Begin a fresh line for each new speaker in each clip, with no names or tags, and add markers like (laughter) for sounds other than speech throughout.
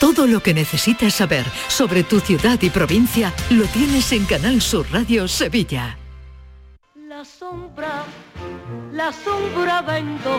Todo lo que necesitas saber sobre tu ciudad y provincia lo tienes en Canal Sur Radio Sevilla.
La sombra, la sombra vendó.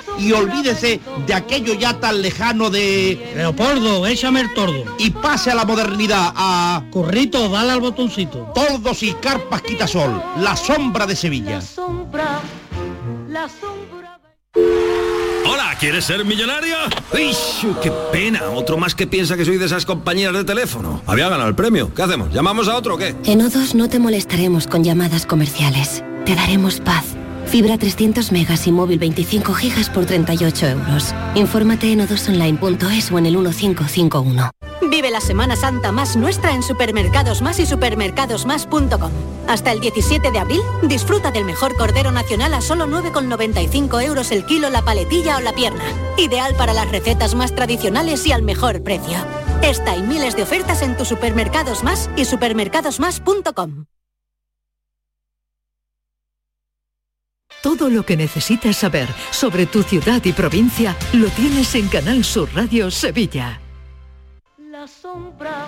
y olvídese de aquello ya tan lejano de...
Leopoldo, échame el tordo.
Y pase a la modernidad, a...
Corrito, dale al botoncito.
Tordos y carpas quitasol, la sombra de Sevilla.
La sombra, la sombra...
Hola, ¿Ah, ¿quieres ser millonario? ¡Uy! ¡Qué pena! Otro más que piensa que soy de esas compañeras de teléfono. Había ganado el premio. ¿Qué hacemos? ¿Llamamos a otro o qué?
En O2 no te molestaremos con llamadas comerciales. Te daremos paz. Fibra 300 megas y móvil 25 gigas por 38 euros. Infórmate en odosonline.es o en el 1551.
Vive la Semana Santa más nuestra en Supermercados Más y supermercadosmás.com. Hasta el 17 de abril, disfruta del mejor cordero nacional a solo 9,95 euros el kilo la paletilla o la pierna. Ideal para las recetas más tradicionales y al mejor precio. Esta y miles de ofertas en tu Supermercados Más y supermercadosmás.com.
Todo lo que necesitas saber sobre tu ciudad y provincia lo tienes en Canal Sur Radio Sevilla.
La sombra,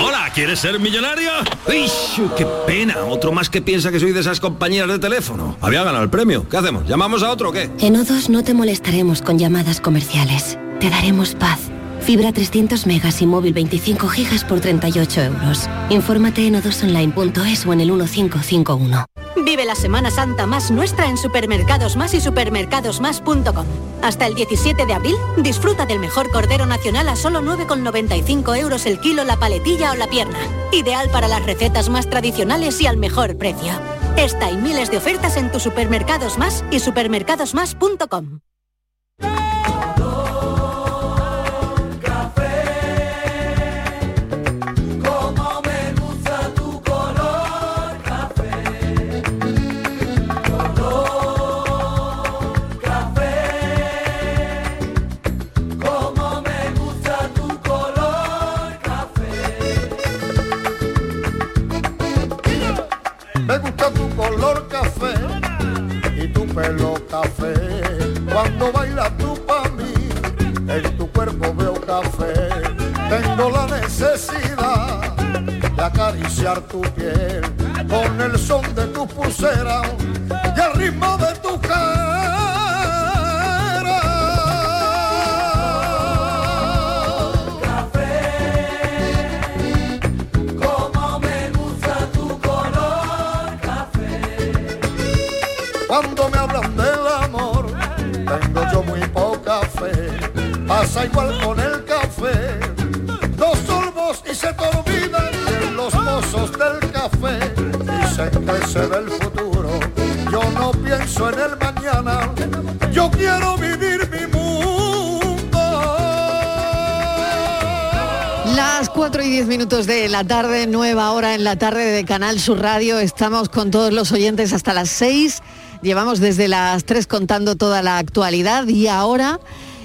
Hola, ¿quieres ser millonario? ¡Uy! ¡Qué pena! Otro más que piensa que soy de esas compañeras de teléfono. Había ganado el premio. ¿Qué hacemos? ¿Llamamos a otro o qué?
En O2 no te molestaremos con llamadas comerciales. Te daremos paz. Fibra 300 megas y móvil 25 gigas por 38 euros. Infórmate en odosonline.es o en el 1551.
Vive la Semana Santa más nuestra en Supermercados Más y supermercadosmás.com. Hasta el 17 de abril, disfruta del mejor cordero nacional a solo 9,95 euros el kilo la paletilla o la pierna. Ideal para las recetas más tradicionales y al mejor precio. Esta y miles de ofertas en tu Supermercados Más y supermercadosmás.com.
Como me gusta tu color café, color café. Como me gusta tu color café.
Me gusta tu color café y tu pelo café. Cuando bailas tú pa' mí, en tu cuerpo veo café. Tengo la necesidad de acariciar tu piel con el son de tu pulsera y el ritmo de tu cara.
Café, como me gusta tu color café.
Cuando me hablan del amor, tengo yo muy poca fe. Pasa igual con el café. Dos sorbos y se te olvidan de los mozos del café. Dicen que se ve el futuro. Yo no pienso en el mañana. Yo quiero vivir mi mundo.
Las 4 y 10 minutos de la tarde, nueva hora en la tarde de Canal Sur Radio. Estamos con todos los oyentes hasta las 6. Llevamos desde las 3 contando toda la actualidad y ahora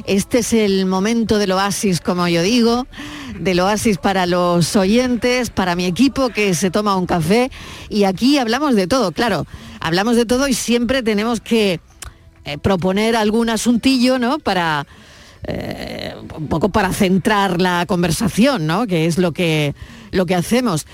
este es el momento del oasis, como yo digo, del oasis para los oyentes, para mi equipo que se toma un café y aquí hablamos de todo, claro, hablamos de todo y siempre tenemos que eh, proponer algún asuntillo, ¿no? Para eh, un poco para centrar la conversación, ¿no? Que es lo que, lo que hacemos.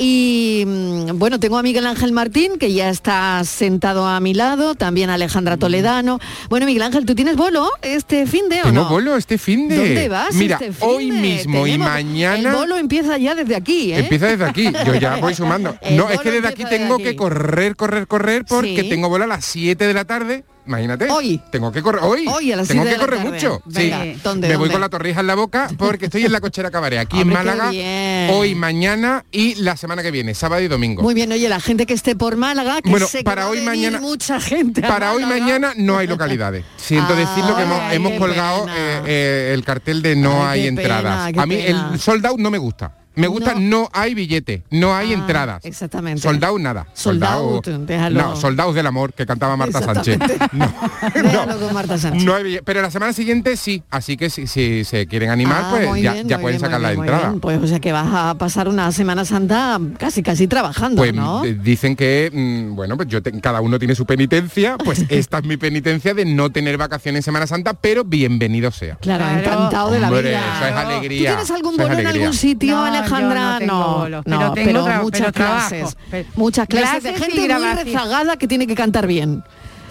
Y mm, bueno, tengo a Miguel Ángel Martín, que ya está sentado a mi lado, también a Alejandra
Mm.
Toledano. Bueno, Miguel Ángel, ¿tú tienes bolo este fin de o
Tengo
no?
bolo este fin de.
¿Dónde vas
Mira,
este finde?
hoy mismo y
Tenemos-
mañana.
El bolo empieza ya desde aquí, ¿eh?
Empieza desde aquí, yo ya
(laughs)
voy sumando.
El
No, es
bolo
que desde aquí
empieza desde
tengo
aquí.
que correr, correr, correr, porque
Sí.
tengo bola a las 7 de la tarde. Imagínate. Hoy. Tengo que correr. Hoy.
Hoy a las
tengo
7
que
de la
correr
tarde.
mucho.
Venga,
sí.
¿dónde,
Me voy
dónde?
con la torrija en la boca porque estoy en la cochera cabaret, aquí en
Hombre, qué
Málaga.
bien.
Hoy, mañana y la semana que viene, sábado y domingo.
Muy bien, oye, la gente que esté por Málaga, que
Bueno,
sé que
para
va a
hoy,
venir
mañana-
mucha gente. a
Para hoy
Málaga.
mañana no hay
(laughs)
localidades. Siento decirlo que hemos,
Ay,
hemos
qué
colgado eh, eh, el cartel de no
Ay,
hay
qué
entradas.
pena, qué
a mí
pena.
el sold out no me gusta. Me gusta no, hay billete, no hay entradas.
Ah, Exactamente.
Sold out nada.
Sold out, déjalo.
No, soldados del amor que cantaba Marta Sánchez.
Exactamente. (laughs)
(laughs)
Déjalo con Marta Sánchez.
No hay billete. Pero la semana siguiente sí, así que si, si se quieren animar,
Ah, muy
pues ya,
bien,
ya
muy
pueden
bien,
sacar
muy
la
bien, muy
entrada.
bien. Pues o sea que vas a pasar una Semana Santa casi casi trabajando,
Pues
¿no?
eh, dicen que, mm, bueno, pues yo te- cada uno tiene su penitencia,
(laughs)
pues esta es mi penitencia de no tener vacaciones en Semana Santa, pero bienvenido sea.
Claro, encantado de la
Hombre,
vida.
eso es alegría.
¿Tú tienes algún
eso es
bolo en
alegría.
algún sitio,
No, yo
Alejandra?
no tengo bolos, pero
no,
tengo tra-
muchas
pero trabajo,
clases.
pero-
muchas clases, de
clases y
gente muy
grabación.
rezagada que tiene que cantar bien.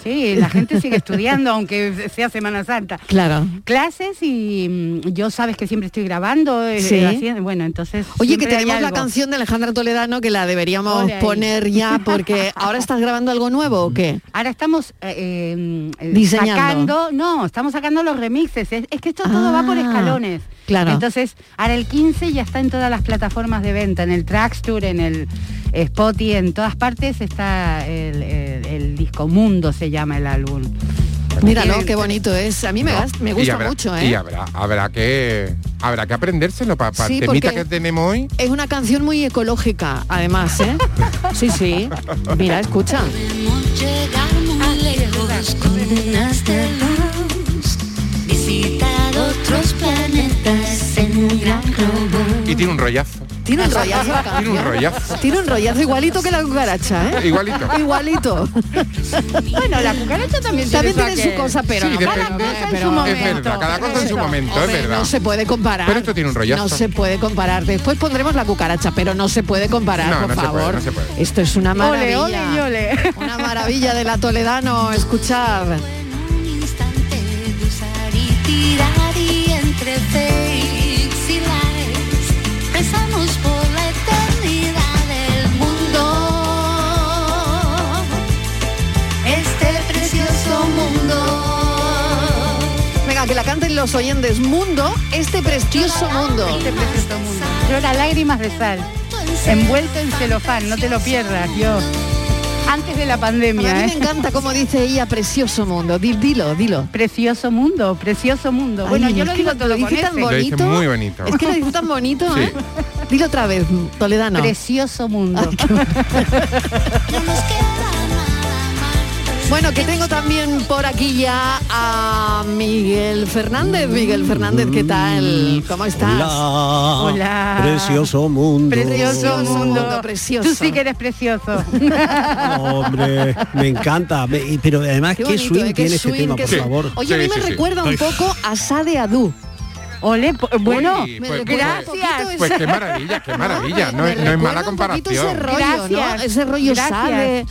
Sí, la gente sigue estudiando, aunque sea Semana Santa.
Claro.
Clases y mm, yo sabes que siempre estoy grabando. eh,
Sí.
haciendo- bueno, entonces...
Oye, que
siempre hay
tenemos la
algo.
canción de Alejandra Toledano que la deberíamos
Ole ahí.
poner ya
(laughs)
porque ahora estás grabando algo nuevo o qué?
Ahora estamos eh, eh,
Diseñando.
sacando, no, estamos sacando los remixes. Es, es que esto todo va por
Ah,
escalones.
claro.
Entonces, ahora el 15 ya está en todas las plataformas de venta, en el Traxtur, en el Spotify, en todas partes está el, el- el disco Mundo se llama el álbum.
Míralo, qué bonito es. A mí me, gas- me
Y
gusta
habrá-
mucho, ¿eh?
Y habrá, habrá que habrá que aprendérselo para
Sí,
temita
porque-
que tenemos hoy.
Es una canción muy ecológica, además, ¿eh? Sí, sí. Mira, escucha.
Llegar muy lejos con unas de luz, visitar otros planetas en un gran globo.
Y tiene un rollazo.
Tiene un rollazo. la
Tiene un
canción.
rollazo.
Tiene un rollazo igualito que la cucaracha, ¿eh?
Igualito.
Igualito.
bueno, la cucaracha también
También
tiene su
tiene su
aquel.
cosa, pero
Sí,
no, cada
depende.
cosa en
Pero
su
es
momento.
verdad, cada cosa en su
Eso.
momento, es
Hombre,
verdad.
No se puede comparar.
Pero esto tiene un rollazo.
No se puede comparar. Después pondremos la cucaracha, pero no se puede comparar, por
No, no se
favor.
puede, no se puede.
Esto es una
Ole,
maravilla.
ole y ole.
Una maravilla de la Toledano, escuchar.
Usar y tirar y entre fakes y likes Rezamos por la eternidad del mundo Este precioso mundo
Venga, que la canten los oyentes. Mundo, este precioso mundo.
Llora lágrimas de sal, envuelto en celofán, no te lo pierdas, Dios. Antes de la pandemia. ¿eh?
A mí me
encanta como dice ella, precioso mundo. Dilo, dilo. Precioso mundo, precioso mundo.
Ay,
bueno,
es
yo lo
que
digo
lo
todo
dice
con
tan
ese.
Lo dice bonito. muy
bonito.
Es que lo dice tan bonito,
Sí.
¿eh? Dilo otra vez, Toledano.
Precioso mundo.
Bueno, que tengo también por aquí ya a Miguel Fernández. Miguel Fernández, ¿qué tal? ¿Cómo estás?
Hola.
Hola.
Precioso mundo.
Precioso mundo, precioso.
Tú sí que
(laughs)
eres precioso.
Hombre, me encanta. Me- y- pero además, qué,
bonito,
swing
¿eh? Qué
tiene este
swing,
tema,
qué
por
swing.
favor.
Oye, a mí me recuerda un
(laughs)
poco a Sade Adu.
Ole, bueno,
me
pues-
recuerda un
pues-
poquito ese-
Pues qué
(laughs) ¿Ah,
maravilla, qué maravilla. No,
Me
es- no es mala
poquito ese
(laughs)
comparación.
rollo, ¿no? Ese rollo Sade.
Sade.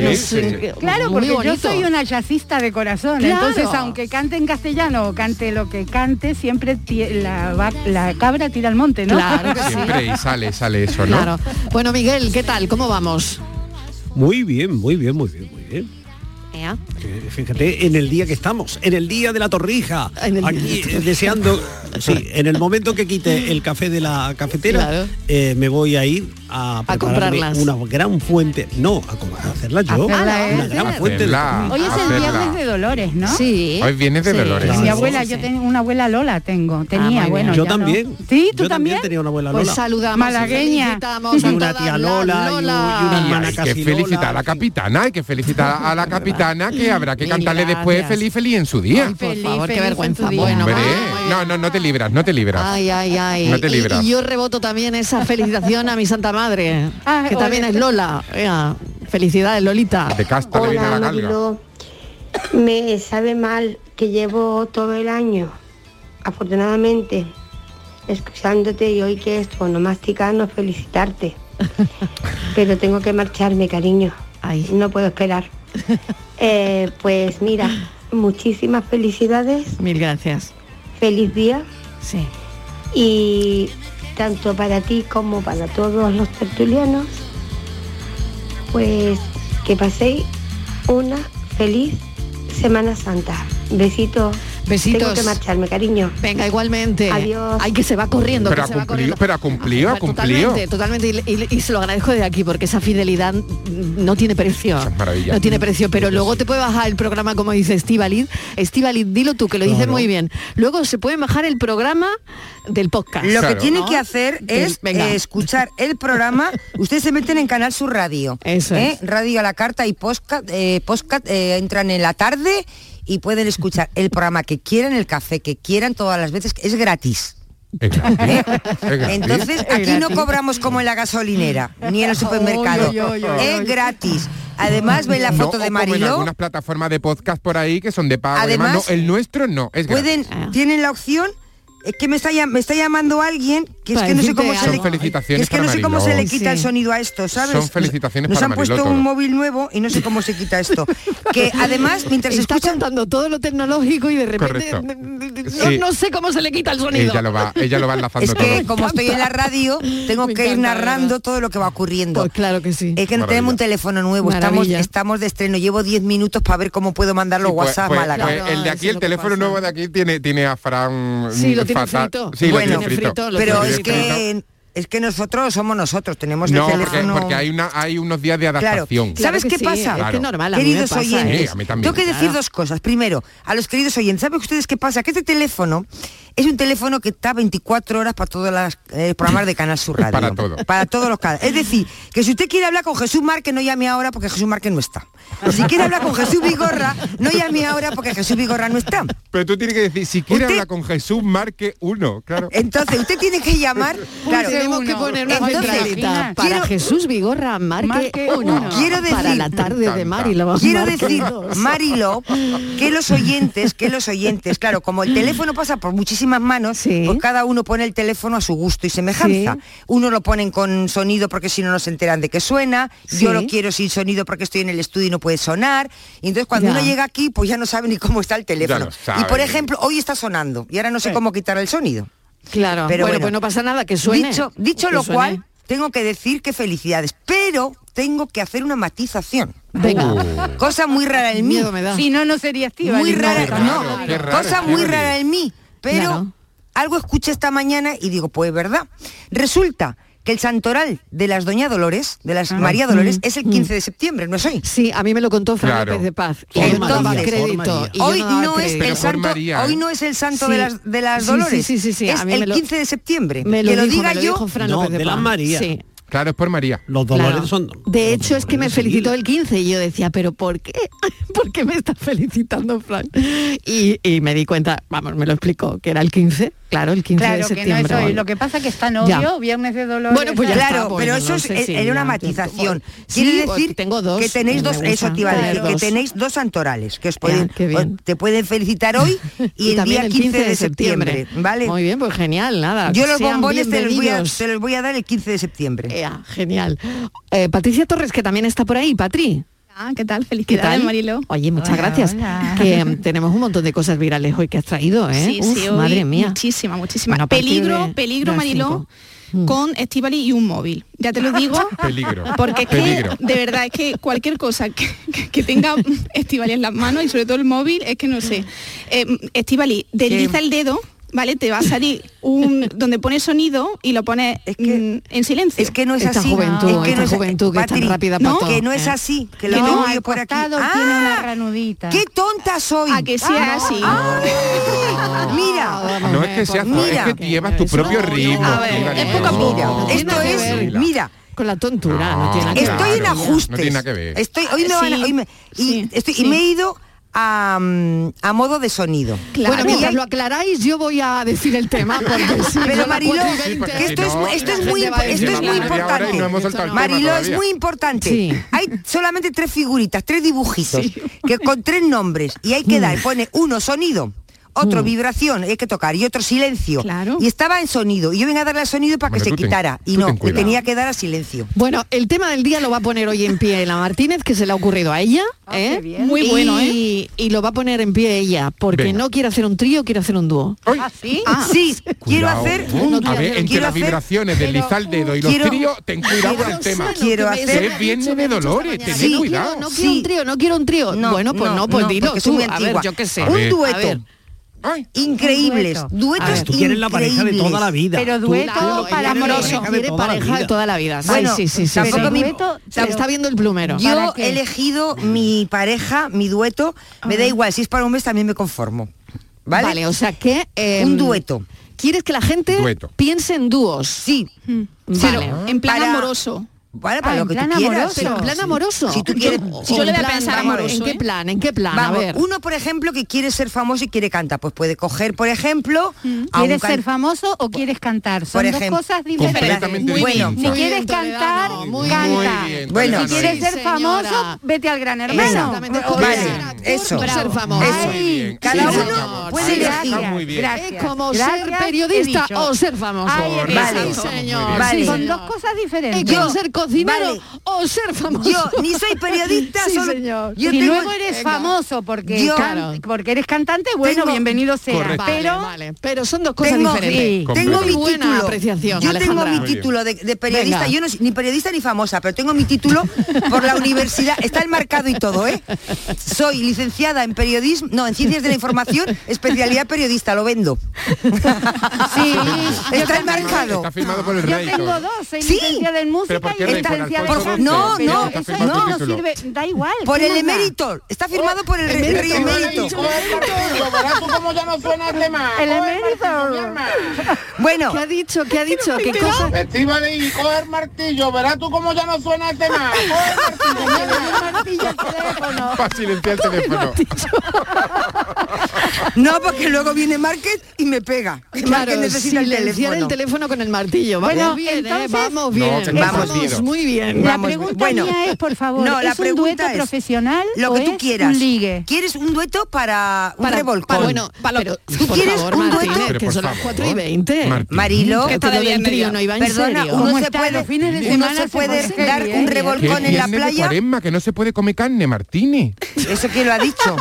pero
Sí, sí,
sin-
sí.
Claro,
muy
porque yo
bonito.
soy una jazzista de corazón,
Claro.
entonces aunque cante en castellano o cante lo que cante, siempre ti- la, va- la cabra tira al monte, ¿no? (laughs)
Claro que sí.
Siempre y sale, sale eso, ¿no?
Claro. Bueno, Miguel, ¿qué tal? ¿Cómo vamos?
Muy bien, muy bien, muy bien, muy bien.
¿Eh?
Que Fíjate en el día que estamos, en el día de la torrija, aquí eh, deseando, sí, en el momento que quite el café de la cafetera,
Claro.
eh, me voy a ir a, prepararme
comprarlas.
una gran fuente, no, a, co- a hacerla yo,
Hacerla, ¿eh?
una gran fuente. de torrija.
Hoy es el viernes de Dolores, ¿no? Sí.
Hoy vienes de Sí. Dolores.
Mi
Claro,
abuela,
sí,
yo tengo una abuela Lola tengo, tenía,
muy
bueno.
bien. Yo
ya no.
también.
Sí,
Yo
tú
también
también.
tenía una abuela
Pues
Lola.
saludamos. Malagueña.
Y una tía Lola, y un- y una hermana
Hay que
casi Lola.
felicitar a la capitana, hay que felicitar
(laughs)
a la capitana que habrá que
Mil
cantarle después
gracias.
feliz, feliz en su día.
Por favor, qué vergüenza. Bueno,
Hombre, no, no, no te libras, no te libras.
Ay, ay, ay.
No te
Y-
libras.
Y, yo reboto también esa felicitación a mi Santa Madre,
Ah,
que también
oye.
es Lola. Ea, Felicidades, Lolita.
De casta le viene la calga.
Mariló. Me sabe mal que llevo todo el año afortunadamente, escuchándote y hoy que es tu onomasticano, felicitarte. Pero tengo que marcharme, cariño. No puedo esperar. Eh, pues mira, muchísimas felicidades.
Mil gracias.
Feliz día.
Sí.
Y tanto para ti como para todos los tertulianos, pues que paséis una feliz Semana Santa. Besitos.
Besitos.
Tengo que marcharme, cariño.
Venga, igualmente. Adiós. Ay, que se va corriendo.
Pero
que
ha
se va
cumplido, pero ha cumplido, ha cumplido.
Totalmente, totalmente. Y, y- y se lo agradezco de aquí porque esa fidelidad mm, no tiene precio.
maravilla.
No tiene precio, pero luego te puede bajar el programa, como dice Estivalid. Estivalid, dilo tú, que lo dices muy bien. Luego se puede bajar el programa del podcast.
Lo que
Claro.
tiene
¿No?
que hacer
Del-
es
venga.
eh, escuchar el
(laughs)
programa. Ustedes se meten en Canal Sur Radio.
Eso
¿eh?
es.
Radio a la carta y podcast, eh, podcast, eh, entran en la tarde y pueden escuchar el programa que quieran, el café que quieran, todas las veces. Es gratis. ¿Eh? Entonces, aquí no cobramos como en la gasolinera, ni
(laughs)
en el supermercado.
Oy, oy, oy, oy,
Es
oy.
gratis. Además, ven la
No,
foto
o
de
como En
Mariló.
algunas plataformas de podcast por ahí que son de pago. y demás.
Además,
No, el nuestro no. Es gratis.
Pueden, tienen la opción. Es que me está, llam- me está llamando alguien que es
Para
que no sé
decirte
cómo se
algo.
le,
Son felicitaciones
que es que
para
no sé cómo se
Mariló.
le quita el
Sí.
sonido a esto, ¿sabes?
Son felicitaciones
Nos
para
han puesto
Mariló
un
todo.
móvil nuevo y no sé cómo se quita
(laughs)
esto. Que además,
(laughs)
mientras
Está
escuchan
contando todo lo tecnológico y de repente
Correcto.
no,
Sí.
no sé cómo se le quita el sonido.
Ella lo va, ella lo va
(laughs)
enlazando
Es que
todo.
como estoy en la radio, tengo que ir narrando todo lo que va ocurriendo. claro que sí. Es que no
Maravilla.
tenemos un teléfono nuevo, estamos,
Maravilla.
estamos de estreno. Llevo 10 minutos para ver cómo puedo mandar los
Sí, pues-
WhatsApp
pues-
a Málaga.
pues el de aquí, el teléfono nuevo de aquí tiene, tiene a Fran
Sí, lo
mm,
tiene
fatal.
frito.
Sí, lo
Bueno,
tiene frito. Lo
pero
tiene
es que es que nosotros somos nosotros, tenemos
No,
el
porque,
teléfono.
porque hay, una, hay unos días de
Claro.
adaptación.
¿Sabes qué pasa? ¿eh? queridos
¿eh?
oyentes,
Sí, a mí también.
tengo que decir dos cosas. Primero, a los queridos oyentes, ¿saben ustedes qué pasa? Que este teléfono es un teléfono que está 24 horas para todos los programas de Canal Sur Radio.
(laughs) Para todo.
Para todos los canales. Es decir, que si usted quiere hablar con Jesús Márquez, no llame ahora porque Jesús Márquez no está.
(laughs)
Si quiere hablar con Jesús Vigorra, no llame ahora porque Jesús Vigorra no está.
Pero tú tienes que decir, si quieres hablar con Jesús, marque uno, claro.
Entonces, usted tiene que llamar. Claro,
tenemos que poner una
Entonces,
centralita para
quiero-
Jesús Vigorra, marque, uno.
Quiero decir,
para la tarde de Marilo.
Quiero
marque
decir,
dos.
Marilo, que los oyentes, que los oyentes, claro, como el teléfono pasa por muchísimas manos, pues cada uno pone el teléfono a su gusto y semejanza.
Sí.
Uno lo ponen con sonido porque si no no se enteran de que suena,
Sí.
yo lo quiero sin sonido porque estoy en el estudio y no puede sonar. Y entonces cuando
Ya.
uno llega aquí, pues ya no sabe ni cómo está el teléfono.
lo sabe.
Y por ejemplo, hoy está sonando y ahora no sé cómo quitar el sonido.
Claro,
Pero bueno,
bueno, pues no pasa nada, que suene.
Dicho, dicho
Que
lo
suene.
cual, tengo que decir que felicidades, pero tengo que hacer una matización.
Venga.
Cosa muy rara en mí.
Miedo me da.
Si no, no sería Estíbaliz,
Muy
no.
rara,
Qué raro,
no.
qué raro,
Cosa muy
Estíbaliz.
rara en mí, pero
Claro.
algo escuché esta mañana y digo, pues verdad. Resulta que el santoral de las Doña Dolores, de
Ah.
las María Dolores,
Mm,
es el 15 de septiembre, ¿no es hoy.
Sí, a mí me lo contó Fran López de Paz. Y yo no daba
Entonces,
crédito. y yo
hoy
daba
no es
crédito.
el santo, hoy no es el santo
Sí.
de las, de las
Sí, sí,
Dolores.
sí, sí, sí, a
Es
mí me
el
lo-
15 de septiembre.
me lo
que lo
dijo,
diga
me lo
yo.
dijo Fran No, López de de la Paz. María. Sí.
Claro, es por María.
Los
Claro. De hecho, es que me felicitó el 15 y yo decía, ¿pero por qué? (laughs) ¿Por qué me está felicitando Fran? Y, y me di cuenta, vamos, me lo explicó, que era el 15, claro, el 15 de
Claro, que no
septiembre.
es hoy.
vale.
Lo que pasa es que está
Ya.
novio, viernes de dolor.
Bueno, pues ya
claro,
está, bueno,
pero
no
eso es,
sé si
era una
ya
matización.
entiendo.
Quiere
Sí,
decir
tengo dos,
que tenéis
me
dos,
gusta.
eso te iba a decir,
Claro.
que
Dos.
tenéis dos santorales que os pueden, o- te pueden felicitar
(laughs)
hoy y, el
también
día 15, de septiembre. ¿vale?
Muy bien, pues genial, nada.
Yo
que
los
sean
bombones te los, voy a,
bienvenidos.
te los voy a dar el 15 de septiembre.
Genial. Eh, Patricia Torres, que también está por ahí, Patri.
Ah, ¿qué tal?
¿Qué
Felicidades,
tal?
Marilo.
Oye, muchas
Hola,
gracias.
hola.
Que mm, tenemos un montón de cosas virales hoy que has traído, ¿eh?
Sí,
Uf,
sí, hoy
madre mía.
Muchísima, muchísima.
Bueno, a partir
peligro,
de-
peligro,
de las Mm.
Mariló, con Estivali y un móvil. Ya
(laughs)
te lo digo.
Peligro.
Porque es
Peligro.
que, de verdad, es que cualquier cosa que, que- que tenga Estivali en las manos y sobre todo el móvil, es que no sé. Estivali, desliza el dedo. ¿Vale? Te va a salir
(laughs)
un donde pone sonido y lo pones mm, en silencio. Es que
no es Esta así. juventud, Es que esta no es- juventud que es tan Patri, rápida para
¿no?
todo. que no
Eh.
es así, que lo tengo yo por aquí. Ah,
tiene una ranudita.
¡Qué tonta soy!
A que sí
Ah,
era
no. Ah.
así.
(laughs)
Mira,
Ah, No es que seas,
mira.
es que llevas tu propio ritmo.
A ver,
Estíbaliz.
es poco a
No.
poco.
esto
que
es,
ver.
mira,
con la tontura, no, tiene nada que ver.
Estoy en
Claro,
ajustes.
no tiene nada que ver.
Estoy, hoy me van a-
Sí,
hoy me- y, estoy, y
sí.
me he ido a, mm, a modo de sonido.
Bueno, mientras lo aclaráis, yo voy a decir el tema. Porque si yo
(laughs) Pero
la
Mariló,
puedo ir
que
veinte.
esto es, esto es muy, impo- esto es muy importante. Mariló, es muy importante.
Sí.
Hay solamente
Mm.
tres figuritas, tres dibujitos, que con tres nombres, y hay que dar, pone uno sonido, otro vibración, hay que tocar, y otro silencio. Y estaba en sonido. Y yo venía a darle al sonido para que
Bueno,
se
tú ten-
quitara. y
tú ten
no, le
cuidado.
tenía que dar a silencio.
Bueno, el tema del día lo va a poner hoy en pie la Martínez, que se le ha ocurrido a ella.
Ah,
¿eh?
Muy
Y-
bueno,
Y lo va a poner en pie ella, porque
Venga.
no quiere hacer un trío, quiere hacer un dúo.
¿Ah,
sí? sí, quiero
Cuidado,
hacer
¿eh?
un...
A ver, entre
quiero
las
hacer-
vibraciones, deslizar el dedo y
quiero-
los tríos, ten cuidado con el tema.
Quiero
Que
hacer-
Es viernes de dolores, tened
Sí.
cuidado.
No quiero un trío, no quiero un trío.
No,
bueno, pues no,
no,
pues
no,
dilo
porque soy
tú.
muy
A ver,
antigua.
yo qué sé.
Un
A ver.
dueto. Increíbles,
Un dueto.
duetos
Pues tú quieres la pareja de
increíbles.
toda la vida. Pero Tú- dueto tú lo que para quieres es la amoroso. pareja de Quiere toda la pareja de vida. toda la vida. Sí,
Bueno,
sí, sí, sí,
tampoco
sí.
mi-
Dueto, se
tam-
está viendo el plumero. ¿Para
Yo
qué? Ah.
he elegido mi pareja, mi dueto, me da igual, si es para hombres también me conformo. ¿Vale?
Vale, o sea que... em,
un dueto.
¿Quieres que la gente
Dueto.
piense en dúos? Sí. Vale.
Pero
en plan
Para-
amoroso.
Vale,
Ah,
para lo
en
que tú
plan
quieras.
amoroso. Pero en plan amoroso.
Si tú
Yo-
quieres,
yo
si tú-
le voy a
en plan-
pensar
vamos a ver.
amoroso, ¿En qué ¿eh? plan? ¿En qué plan? A
Vamos,
ver.
Uno, por ejemplo, que quiere ser famoso y quiere cantar, pues puede coger, por ejemplo,
Hmm.
a un
¿Quieres
can-
ser famoso o quieres cantar? Son
por
dos
ejemplo,
cosas diferentes.
bueno,
si quieres cantar, canta.
bueno,
si quieres ser famoso, vete al gran hermano.
vale, eso.
ser famoso.
Eso. Cada
Sí,
uno
señor.
puede
Sí,
elegir.
señor. Es como ser periodista o ser famoso.
Ay, he
vale.
dicho.
señor.
Vale.
Sí,
Son
señor.
dos cosas
Es
diferentes.
como ser cocinero
Vale.
o ser famoso.
Yo (laughs) ni soy periodista,
sí,
solo-
señor.
si luego eres famoso porque,
Yo-
can-
Claro.
porque eres cantante, bueno,
Tengo-
bienvenido sea.
Correcto.
Pero,
Vale, vale. Pero son dos cosas
Tengo- sí.
diferentes.
Tengo
Muy
mi
buena
título.
apreciación,
yo
Alejandra.
tengo mi título de, de periodista.
Venga.
Yo no soy ni periodista ni famosa, pero tengo mi título por la universidad. Está el marcado y todo, ¿eh? Soy licenciada en periodismo, no, en ciencias de la información, especialidad periodista. Lo vendo. (laughs)
Sí, yo
está el
también.
marcado.
Está firmado por el
Yo
rey.
tengo
todo.
dos, soy
Sí.
licenciada en música
¿Pero por
y
qué rey? ¿Por
licenciada en
Alfonso
canto.
XII?
No,
Pero
no,
eso
está
no,
firmado tu
no
título.
sirve, da igual. Oh,
Por
¿qué
el
más da?
emérito.
Oh,
Está firmado por el re- rey emérito.
(laughs)
este
El emérito.
Bueno.
¿Qué ha dicho? ¿Qué ha dicho? ¿Qué
Literal.
cosa?
Estíbale y coge el martillo, verás tú cómo ya no suena este el tema. Coge
(laughs)
el martillo,
Para silenciar el teléfono.
No, porque luego viene Márquez y me pega. Márquez
Claro,
necesita el
silenciar
teléfono.
el teléfono con el martillo. Vamos
Bueno,
bien, ¿eh?
entonces- No,
vamos bien.
que no
vamos
prefiero.
muy bien.
La
Vamos
pregunta
bien.
mía
(laughs)
es, por favor,
No, la
¿es un dueto
pregunta es,
profesional
lo
o
que tú
es
quieras.
un ligue?
¿Quieres un dueto para un
Para-
revolcón?
para- bueno,
para lo- tú, por
¿Quieres
favor,
un
Martín,
dueto?
que Pero son por las favor, 4 y 20. Martín.
Marilo,
Que está de bien medio. Perdona,
Perdona,
¿cómo
uno se
está?
puede,
Los fines de
uno
semana
se
se
puede
pone
dar
serie,
un
¿eh?
Que es
revolcón en la
viernes de
playa.
cuaresma, que no se puede comer carne, Martínez.
¿Eso quién lo ha dicho?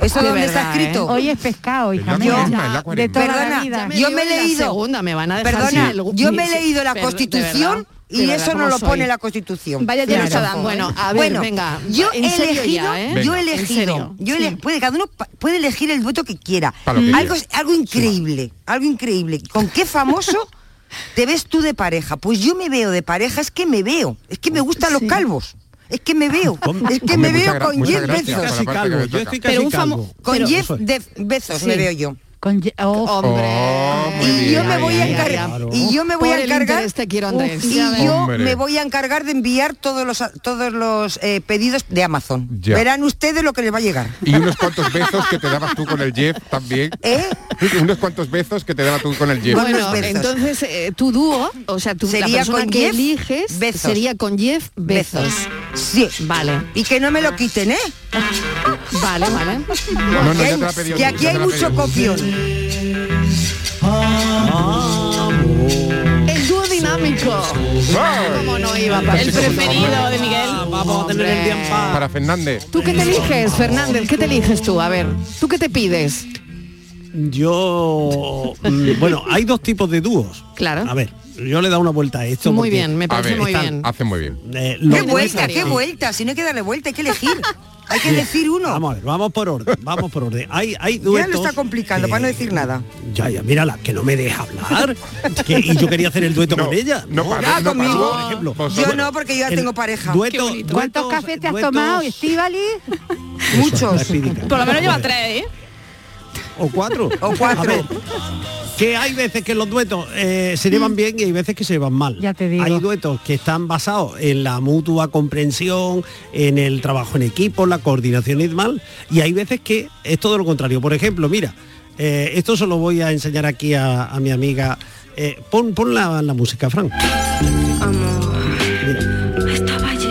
¿Eso
De
dónde está
verdad, ¿eh?
escrito?
Hoy es pescado, hija
mía. cuaresma,
Yo-
es la cuaresma.
de toda
Perdona,
la vida.
ya me
yo
dio
me he
en la
leído.
segunda, me van a dejar
Perdona,
sin el-
yo me he
sin-
leído la
Pero- de
Constitución
verdad, de
y
verdad,
eso no
¿cómo
lo
soy?
pone la Constitución.
Vaya ya nos
Claro.
dan. Bueno, a ver,
Bueno,
venga.
Yo he
en serio
elegido,
ya, ¿eh?
yo he
Venga. En
elegido,
serio.
yo ele- puede cada uno pa- puede elegir el dueto que quiera.
Para lo que
algo
quiera.
algo increíble, algo increíble. ¿Con qué famoso te ves tú de pareja? Pues yo me veo de pareja, es que me veo, es que me gustan los calvos. Es que me veo, es que me
muchas
veo
gra-
con
muchas
10
gracias
besos.
por la parte que me toca.
Pero un famo- Con
Pero-
10 de- besos me veo yo.
Con ye- oh,
y yo me voy a encargar y yo me voy
Por
a
el
encargar
interés te quiero, Andrés.
Uf, y
Ya ves.
yo
Hombre.
me voy a encargar de enviar todos los todos los eh, pedidos de Amazon
Ya.
verán ustedes lo que les va a llegar
Y unos cuantos besos que te dabas tú con el Jeff también.
¿Eh?
(laughs) Unos cuantos besos que te dabas tú con el Jeff.
Bueno, entonces eh, tu dúo, o sea, tu, la
Sería
persona
con
que
Jeff
eliges
Bezos.
sería con Jeff Bezos.
sí
vale
y que no me lo quiten eh
vale vale
No, no, ya te la ha pedido
que
tú,
aquí
ya
hay
te la ha
mucho
pedido. Ah.
copión Ah.
El dúo dinámico. ¿Cómo no iba a Ah,
El preferido
de Miguel.
Vamos a tener el día en paz. Para Fernández.
¿Tú qué te eliges, Fernández? ¿Qué te eliges tú? A ver, ¿tú qué te pides?
Yo, mm, bueno, hay dos tipos de dúos.
¿Ah?
Claro.
A ver, yo le he dado una vuelta a esto.
Muy
porque-
bien, me parece muy bien.
Hace muy bien.
Eh,
qué
los-
vuelta qué vuelta si no hay que darle vuelta hay que
(laughs)
elegir hay que
Bien.
elegir uno
Vamos a ver, vamos por orden, vamos por orden. Hay, hay
ya lo
duetos
está complicando para no decir nada
Ya, ya, mírala, que no me deja
(laughs)
hablar. Que- y yo quería hacer el dueto con ella. No,
para, Ah, no, conmigo. para, por
ejemplo.
yo no porque yo ya
El
tengo pareja
dueto- Qué bonito.
¿Cuántos
duetos-
cafés te has
duetos-
tomado, Estivali?
Muchos.
Por lo menos lleva tres, ¿eh?
O cuatro.
O cuatro.
A ver, que hay veces que los duetos eh, se llevan bien y hay veces que se llevan mal. Ya te digo. Hay duetos que están basados en la mutua comprensión, en el trabajo en equipo, la coordinación y demás. Y hay veces que es todo lo contrario. Por ejemplo, mira, eh, esto se lo voy a enseñar aquí a, a mi amiga. Eh, pon pon la, la música, Frank.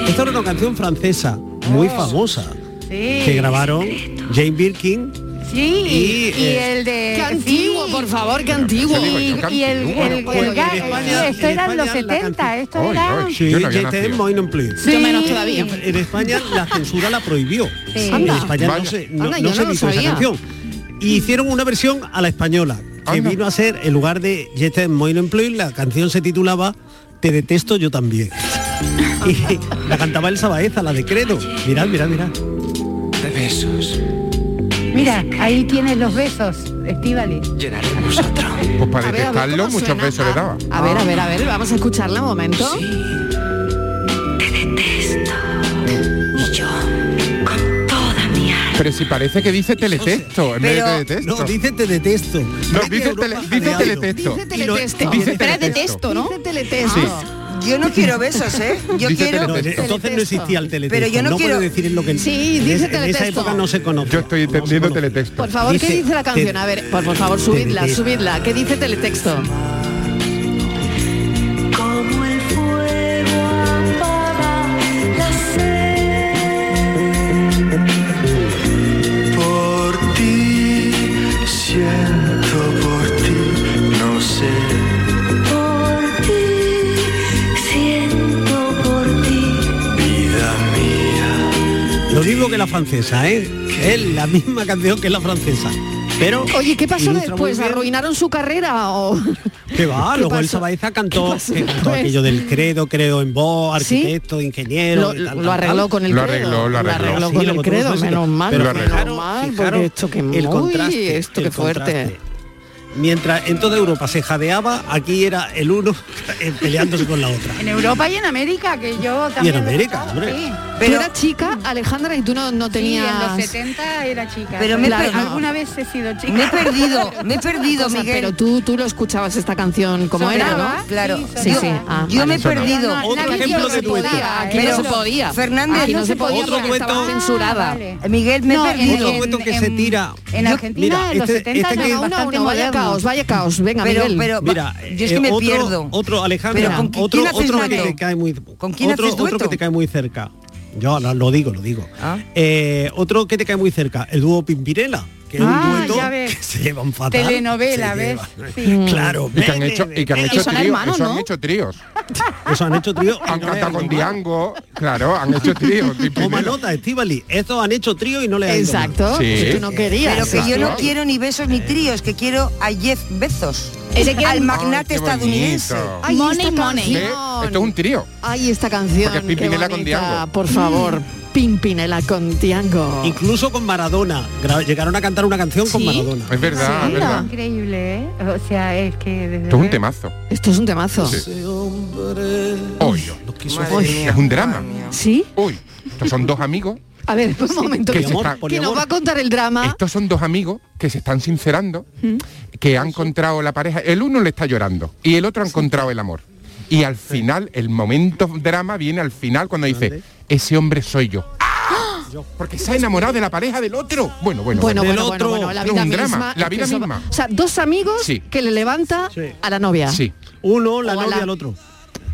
Esta Oh. era una canción francesa muy famosa que grabaron Jane Birkin,
Sí, y,
Y, eh,
el de...
qué antiguo, por favor, qué antiguo.
Y,
Yo digo yo, qué
y el,
antiguo,
el-
no puede
el ga-
ser. En España-
esto
en
era en los
España la
70, esto era...
Sí,
yo no había
JTM
nacido.
Mine and Play.
Sí. Yo menos todavía.
En España la censura la prohibió.
Sí.
En
Anda.
España no
Vaya.
se, no,
Anda,
no
yo
se
no lo
editó esa
sabía.
canción. Y hicieron una versión a la española, que vino a ser, en lugar de JTM Mine and Play, la canción se titulaba Te detesto yo también. y la cantaba Elsa Baeza, la de Credo. Mirad, mirad, mirad.
De besos
Mira, ahí tienes los besos, Estivali.
llenaremos otro.
Pues para
A ver, a ver
detectarlo
cómo
muchos
suena.
besos le daba.
A ver, a ver, a ver, vamos a escucharla un momento.
Pero si parece que dice teletexto en vez de
Pero-
teletexto.
No, dice te detesto.
No, dice, tele- dice teletexto.
Y lo- Teletexto.
Dice
Pero es de
teletexto.
texto, ¿no? Ah. teletexto.
Yo no quiero besos, ¿eh? Yo
Dice
quiero...
teletexto. No, entonces no existía el teletexto.
Pero yo no, quiero...
puede decir en lo que
Sí,
en
dice
esa- En esa
teletexto.
época no se conoce. Yo estoy
entendiendo teletexto.
Por favor, ¿qué dice la canción? A ver, por, por favor, subidla, subidla. ¿Qué dice teletexto?
Como el fuego apaga la sed.
Por ti, siento por ti, no sé.
Por ti, siento por ti.
Vida mía.
Lo mismo que la francesa, ¿eh? Es la misma canción que la francesa. Pero
Oye, ¿qué pasó
ilustra muy
después?
bien
¿Arruinaron su carrera o...?
Que va,
¿Qué
luego
pasó?
Elsa Baeza cantó,
¿Qué pasó Pues
que cantó
después?
aquello del credo, creo en vos, arquitecto, ingeniero.
Lo- lo- lo arregló con el Lo credo, arregló, lo lo arregló. arregló con el credo, menos mal, menos mal, porque esto que- uy, esto que fuerte.
Mientras en toda Europa se jadeaba, aquí era el uno (laughs) eh, peleándose con la otra.
En Europa y en América, que yo
Y
también...
en América, hombre.
tú eras chica, Alejandra, y tú no, no tenías...
Sí, en los 70 era chica.
Pero me he
Claro,
per-
alguna vez he sido chica.
Me he perdido,
(laughs)
(laughs)
me he
O sea, Pero tú, tú lo escuchabas esta canción como era,
Sonaba,
¿no?
claro.
Sí,
Yo-
sí. Ah,
yo me he
sonaba.
perdido. No, no,
Otro
nadie
ejemplo
lo
de
podía,
dueto. Aquí
pero-
no se podía.
Fernández,
Aquí no se podía
otro
porque estaba
Ah,
dueto.
censurada.
Miguel, me he perdido.
Otro cuento que se tira. este-
En Argentina, en los 70
Venga,
era
uno,
bastante
uno, vaya
moderno.
caos, vaya caos. Venga, Miguel.
mira, eh, otro, Otro, Alejandro,
Pero, ¿con quién
otro,
haces
otro que
dueto?
te cae muy,
quién
otro,
haces dueto? Ah.
otro que te cae muy cerca. Yo no, lo digo, lo digo. Eh, otro que te cae muy cerca, el dúo Pimpirela, que es
Ah,
un dueto
ya ves.
que se llevan fatal.
Telenovela,
Se
¿ves?
llevan- Mm.
Sí.
Claro,
Y que han hecho, y que han
Y
hecho
son
tríos.
hermanos,
eso
¿no?
han hecho tríos.
(laughs) Eso han hecho tríos.
Han cantado con Diango. Claro, han
(laughs)
hecho tríos.
Toma nota, Estivali. Estos han hecho trío y no le han
Exacto, Sí. que tú no querías.
Pero que yo no
Claro.
quiero ni besos ni tríos, que quiero a Jeff Bezos,
Ese que-
al magnate
Ay, qué
estadounidense.
bonito. Ay, Money, esta money.
¿Ve?
canción.
Eh, Esto es un trío.
Ay, esta canción.
Porque es
qué
Pimpinela con Mm.
bonita,
Diango.
Por favor, Pimpinela con Tiango.
Incluso con Maradona. Gra- Llegaron a cantar una canción con
Sí.
Maradona.
Es verdad,
Sí,
es verdad.
increíble, ¿eh? O sea, es que desde
Esto es un
luego-
temazo.
Esto es un temazo.
Sí. Hoy.
Madre mía,
Es un drama.
¿Sí?
Uy. Estos son dos amigos.
A ver, un momento.
Que
Que,
se está-
que nos va a contar el drama.
Estos son dos amigos que se están sincerando, que han encontrado la pareja. El uno le está llorando y el otro ha encontrado el amor. Y al final, el momento drama viene al final cuando dice, ese hombre soy yo. ¡Ah! Porque se ha enamorado de la pareja del otro. Bueno, bueno,
Bueno,
Del
bueno, bueno,
otro.
bueno, la
Es
vida
un
misma.
drama, la
es que
vida
eso va-
misma.
O sea, dos amigos
Sí.
que le levanta a la novia.
Sí.
Uno, la
O a la-
novia al otro.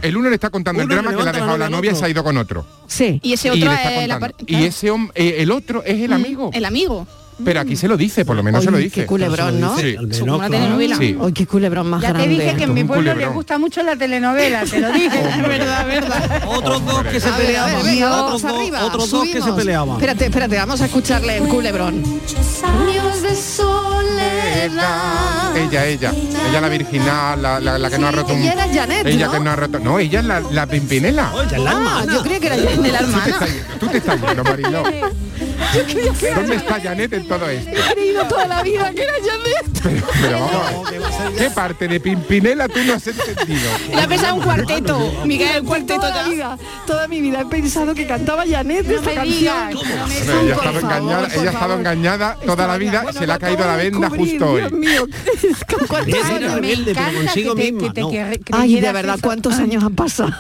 El uno le está contando
Uno
el drama
le
que le ha
levanta la
dejado la
novia al
novia y
otro.
se ha ido con otro.
Sí.
Y ese
Y
otro
le está
eh, la par-
contando. Y
claro.
ese hombre, el otro es el
Mm,
amigo.
El amigo.
Pero aquí se lo dice, por lo menos se
Oye,
lo dice.
Qué mm. culebrón, ¿no?
Sí.
Eso como una telenovela.
Sí.
Ay, qué culebrón más
Ya te
grande.
dije que en mi
Un
pueblo le
culebrón.
gusta mucho la telenovela, te lo dije. (laughs) Es verdad, verdad.
Otros dos que se
A ver, a ver,
peleaban.
venga,
Otros
vamos
dos-
arriba.
Otros dos que se
subimos.
peleaban.
Espérate, espérate, vamos a escucharle el culebrón.
Años de soledad.
Ella, ella, ella la virginal, la, la- la que no ha roto un...
Ella era Janet,
Ella
¿no?
que no ha roto... No, ella es la, la pimpinela.
Oh,
Ah, yo creía que era de la hermana.
Tú te estás yendo, Mariló.
Yo creía que era
¿Dónde está Janet en todo esto?
He creído toda la vida que era Janet.
Pero vamos, a ver, ¿qué parte de Pimpinela tú no has entendido?
La pesa un cuarteto. Miguel, el cuarteto
Toda, la vida, toda mi vida he pensado que cantaba Janet
No
esta
me
canción.
digas,
Hombre, ella
Por
estaba
favor,
engañada,
por
ella estaba
favor.
engañada toda la vida, se le ha caído la venda
descubrir,
justo
Dios
hoy.
mío. ¿Cuántos
Ella era
años?
rebelde, pero consigo
que te-
misma,
que te
no.
quer- Ay, de
creyeras
verdad,
eso.
¿cuántos años han pasado?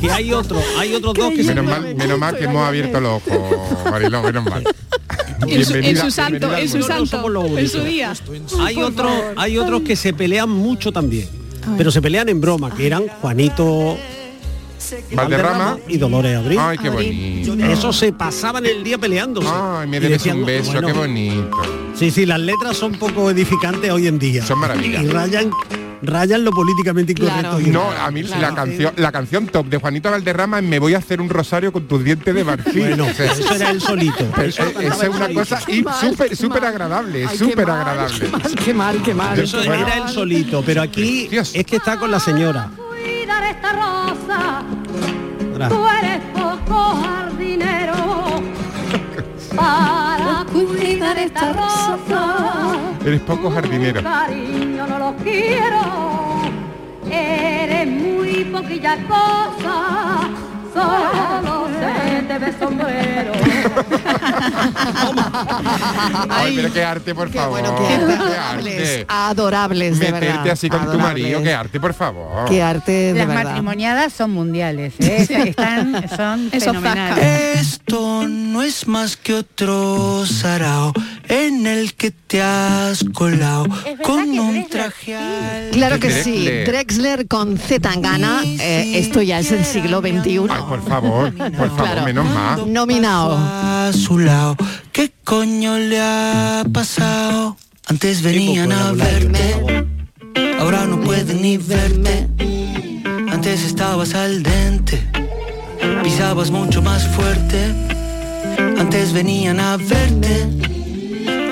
Que hay otro, hay otros dos que se
Menos mal, menos mal que hemos abierto los ojos, Mariló, menos mal.
En su, en
Bienvenida,
su santo,
bienvenida al
en su
mundo.
santo, en su
bonitos.
día.
Hay otros, hay otros que se pelean mucho también. Pero se pelean en broma, que eran Juanito
Valderrama
y Dolores Abril.
Ay, qué bonito.
Eso se pasaban el día peleándose.
Ay, me debes un beso, qué bonito.
Sí, sí, las letras son poco edificantes hoy en día. Son
maravillosas.
Y rayan, rayan lo políticamente incorrecto. y-
No, a mí la canción la canción top de Juanito Valderrama es Me voy a hacer un rosario con tus dientes de marfil.
Bueno,
(laughs) O sea,
eso era él
(laughs)
solito.
pero
Eso lo
Eh,
cantaba
es- esa
él
es una
solito.
cosa y
Qué mal,
súper
qué
súper
mal.
agradable,
Ay, qué
súper
mal,
agradable.
Qué mal, qué mal.
Eso era él solito, pero aquí es que está con la señora.
cuidar esta rosa.
Ahora.
Tú eres poco jardinero para cuidar esta rosa.
Eres poco jardinero.
Cariño, no lo quiero. Eres muy poquilla cosa. Solo se te ve sombrero.
Ay, pero qué arte, por favor. qué arte.
Adorables, de
Meterte
verdad.
así con tu
adorables.
marido, qué arte, por favor.
Qué arte de
Las
verdad.
matrimoniadas son mundiales, ¿eh? Están, son fenomenales.
Esto no es más que otro sarao en el que te has colado con un traje. al-
Claro que sí, Drexler con Z Tangana, eh, esto ya es el siglo XXI.
Por favor, por favor, menos más.
Nominado.
A su lado, ¿qué coño le ha pasado? Antes venían a verme, ahora no pueden ni verme. Antes estabas al dente, pisabas mucho más fuerte. Antes venían a verte,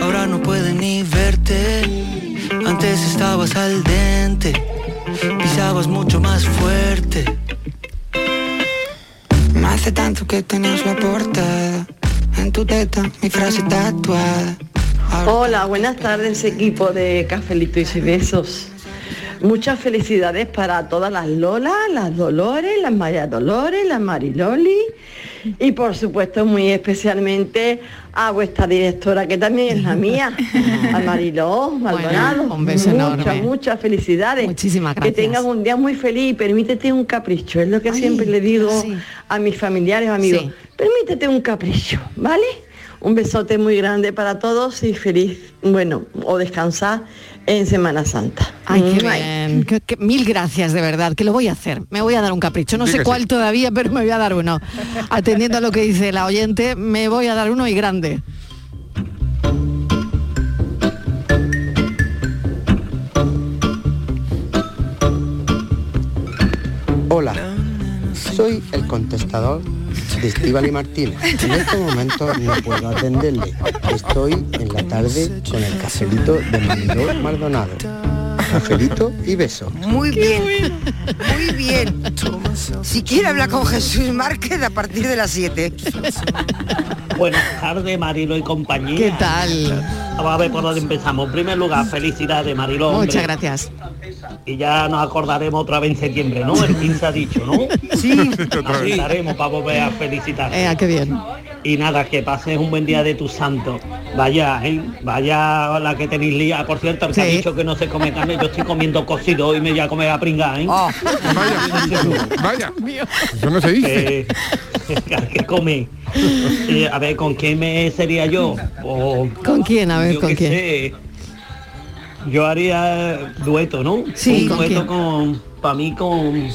ahora no pueden ni verte. Antes estabas al dente, pisabas mucho más fuerte.
Me hace tanto que tenías la portada En tu teta, mi frase tatuada
Hola, buenas tardes equipo de Cafelito y Besos. Muchas felicidades para todas las Lolas, las Dolores, las María Dolores, las Mariloli y por supuesto muy especialmente a vuestra directora que también es la
(laughs)
mía, a Mariló Maldonado.
un beso
muchas,
enorme.
muchas felicidades.
Muchísimas gracias.
Que tengas un día muy feliz y permítete un capricho. Es lo que siempre le digo a mis familiares, amigos.
Sí.
Permítete un capricho, ¿vale? Un besote muy grande para todos y feliz, bueno, o descansar en Semana Santa.
Ay, qué
Mua.
bien. Que- que- mil gracias, de verdad, que lo voy a hacer. Me voy a dar un capricho. No
Di
sé
que
cuál
sí.
todavía, pero me voy a dar uno. Atendiendo a lo que dice la oyente, me voy a dar uno y grande.
Hola, soy el contestador de Estíbali Martínez. En este momento no puedo atenderle. Estoy en la tarde con el cafelito de Mariló Maldonado. Cafelito y beso.
Muy bien, muy bien. Si quiere hablar con Jesús Márquez a partir de las 7.
Buenas tardes, Marilo y compañía. ¿Qué
tal?
Vamos a ver por dónde empezamos. En primer lugar, felicidades, Marilo. hombre.
Muchas gracias.
Y ya nos acordaremos otra vez en septiembre, ¿no? El 15 ha dicho, ¿no?
(laughs) Sí.
Nos acordaremos para volver a felicitar.
Eh, ah, qué bien.
Y nada, que pases un buen día de tu santo. Vaya, ¿eh? Vaya la que tenéis lía. Por cierto, el que ha dicho que no se come carne, yo estoy comiendo cocido y me voy a comer a pringar, ¿eh?
Oh.
Vaya, eso no se dice.
Eh, (laughs) ¿Qué come? Eh, a ver, ¿con quién me sería yo? O-
¿Con quién? A ver,
yo
¿con
qué
quién?
sé. yo haría dueto, ¿no?
Sí,
Un
¿con
dueto
quién?
con, para mí con,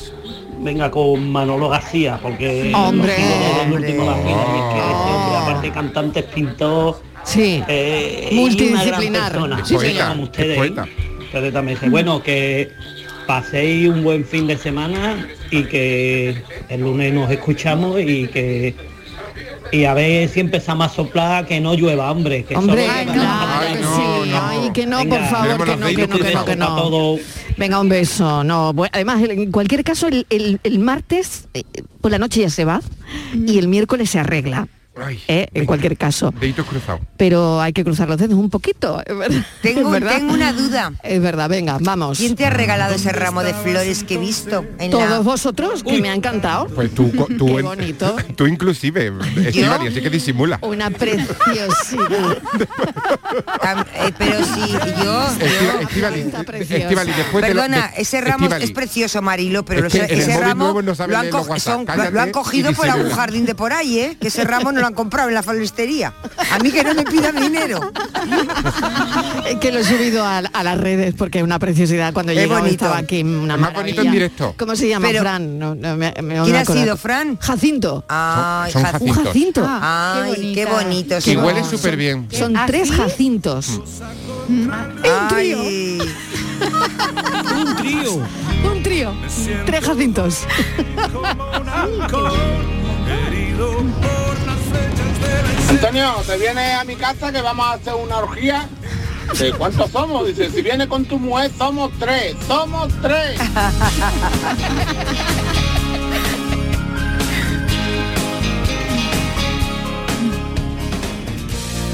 venga, con Manolo García, porque
Hombre, Oh.
los últimos García, es que ese hombre, aparte cantante, es pintor, eh,
sí, multidisciplinar. Sí, señor.
como Pues ustedes, ¿eh? Ustedes también dicen, bueno, que paséis un buen fin de semana y que el lunes nos escuchamos y que y a ver si empezamos a soplar que no llueva, hombre. Que
Hombre,
solo llueva.
claro que sí. Ay, que no, por favor, que no, que no, que no, que no. Venga, un beso. No, bu- además, el- en cualquier caso, el, el- el martes eh, por la noche ya se va
Mm.
y el miércoles se arregla. Eh, en cualquier caso.
Deditos cruzados.
Pero hay que cruzar los dedos un poquito, (laughs) es verdad.
Tengo-
es verdad.
tengo una duda.
Es verdad, venga, vamos.
¿Quién te ha regalado ese ramo de flores que he visto? En la-
Todos vosotros, que me ha encantado.
Pues tú, co- tú,
Qué
en-
bonito.
(laughs) tú inclusive, Estivali, así que disimula.
(laughs)
Una preciosidad.
eh, Pero sí, yo...
Estiva- Estivali, Estivali, después te lo-
Perdona,
de-
ese ramo
Estivali,
es precioso, Marilo, pero
Es que
lo-
en el
ese
móvil
ramo
nuevo no saben
lo, han
leer los
co-
WhatsApp,
son- lo- lo
cállate
han
y
cogido por
disimula.
algún jardín de por ahí, ¿eh? Que ese ramo no lo lo han comprado en la floristería. A mí que no me pidan dinero.
(laughs) Es que lo he subido a, a las redes porque es una preciosidad. Cuando
Es
yo
bonito.
estaba aquí, una
Es más bonito en
maravilla.
directo.
¿Cómo se llama,
Pero-
Fran? No, no, me- me- no
¿Quién
me
ha
acuerdo.
sido, Fran?
Jacinto.
Ay,
Son
Jacinto. Ah,
Un jacinto.
Ay, qué bonito.
Y huele súper bien.
Son tres jacintos. Un trío.
Un trío.
Un trío. Tres jacintos. (laughs)
Antonio, te viene a mi casa que vamos a hacer una orgía. ¿De cuántos somos? Dice, si viene con tu mujer, somos tres, somos tres.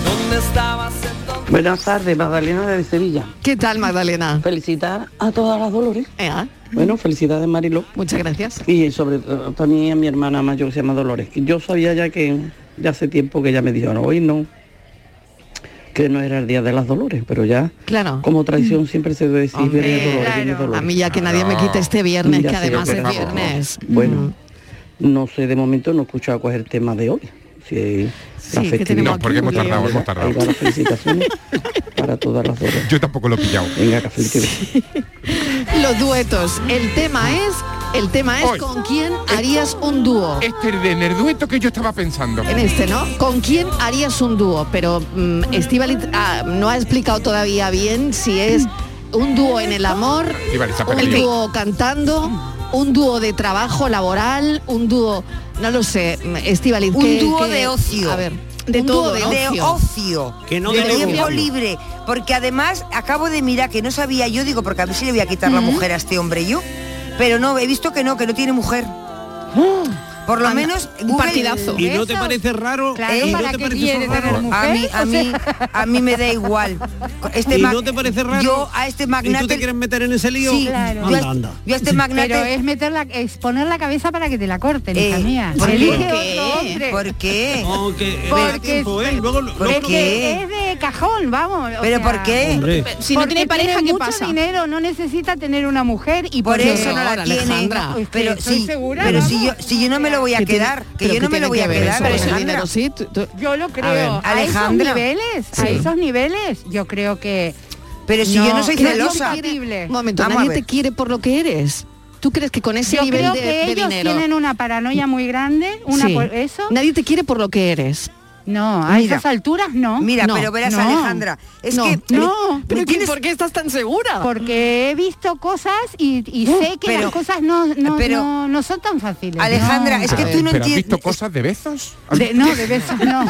¿Dónde estabas entonces?
Buenas tardes, Magdalena de Sevilla.
¿Qué tal, Magdalena? Eh, ah.
Felicitar a todas las Dolores. Bueno, felicidades, Marilo.
Muchas gracias.
Y sobre todo también a mi hermana mayor que se llama Dolores. que Yo sabía ya que ya hace tiempo que ella me dijo, no, hoy no, que no era el día de las Dolores, pero ya
Claro.
como traición siempre se debe decir
Hombre,
viene Dolores,
claro.
viene Ah, Dolores.
A mí ya que nadie me quite este viernes,
Ya
que
sé,
además
pero
es
vamos,
viernes. Mm.
Bueno, no sé, de momento no he escuchado cuál es el tema de hoy. Si
Sí, que tenemos No, aquí porque un hemos lío. tardado, hemos
tardado.
(laughs)
las felicitaciones para todas las Dolores. Yo tampoco lo he pillado. Venga, que felicidades.
Los duetos. El tema es, el tema es
Hoy.
con quién harías un dúo.
Este es en el dueto que yo estaba pensando.
En este, ¿no? ¿Con quién harías un dúo? Pero Estival no ha explicado todavía bien si es un dúo en el amor,
Estíbaliz, está
un
perdido.
dúo cantando, un dúo de trabajo laboral, un dúo, no lo sé, Estival.
Un dúo de ocio.
A ver, de
Un
todo,
dúo
¿no?
de ocio.
Que no
de
de
tiempo
negocio.
libre. Porque además acabo de mirar que no sabía yo, digo, porque a mí sí le voy a quitar la mujer a este hombre yo. Pero no, he visto que no, que no tiene mujer. Por lo
Anda,
menos
un
Google-
partidazo. ¿Y no te parece raro? Claro,
¿Eh?
¿y no ¿para te qué parece quiere raro? tener mujer?
A mí, a
O
mí, a mí me da igual.
¿Y
ma-
no te parece raro?
Yo a este magnate.
¿Y tú te quieres meter en ese lío?
Sí,
Claro.
yo,
Anda,
a,
anda.
yo a este magnate.
Pero es meter la, es poner la cabeza para que te la corten, hija
Eh,
mía.
¿por
Elige
qué?
otro hombre.
¿Por qué?
Porque,
Porque
tiempo, ¿eh? Luego,
¿Por
es
luego-
que es de cajón, vamos. o
¿Pero
sea,
por qué? Hombre.
Si no
porque
tiene pareja,
tiene
¿qué
mucho
pasa?
dinero, no necesita tener una mujer y
Por eso no la
Ahora,
tiene.
Alejandra.
Pero,
Estoy
sí,
segura, este
pero
vamos.
si yo, si yo no me lo voy a
¿Qué tiene-
quedar, que
pero
yo
qué
no me
tiene
lo voy
que
a
ver
quedar.
eso? Pero ese
Alejandra.
dinero sí, tú- tú-
Yo lo creo.
ver,
A,
Alejandra.
esos niveles, a
Sí.
esos niveles, yo creo que.
Pero si yo no soy
que es
celosa.
compatible.
Un momento,
Vamos a
nadie
ver.
te quiere por lo que eres. ¿Tú crees que con ese
Yo
nivel
creo
de,
que
de
ellos
dinero
tienen una paranoia muy grande, una
Sí.
por eso.
Nadie te quiere por lo que eres.
No, a esas alturas no.
Mira, pero verás, Alejandra, es
no,
que-
no,
pero ¿quién-
¿me tienes-
por
qué estás tan segura?
Porque he visto cosas y, y
Uh,
sé que
pero-
las cosas no, no,
pero-
no, no son tan fáciles.
Alejandra,
no.
es que tú no
¿Pero has
entiendes.
visto cosas de besos?
De- no, de
(laughs)
besos no.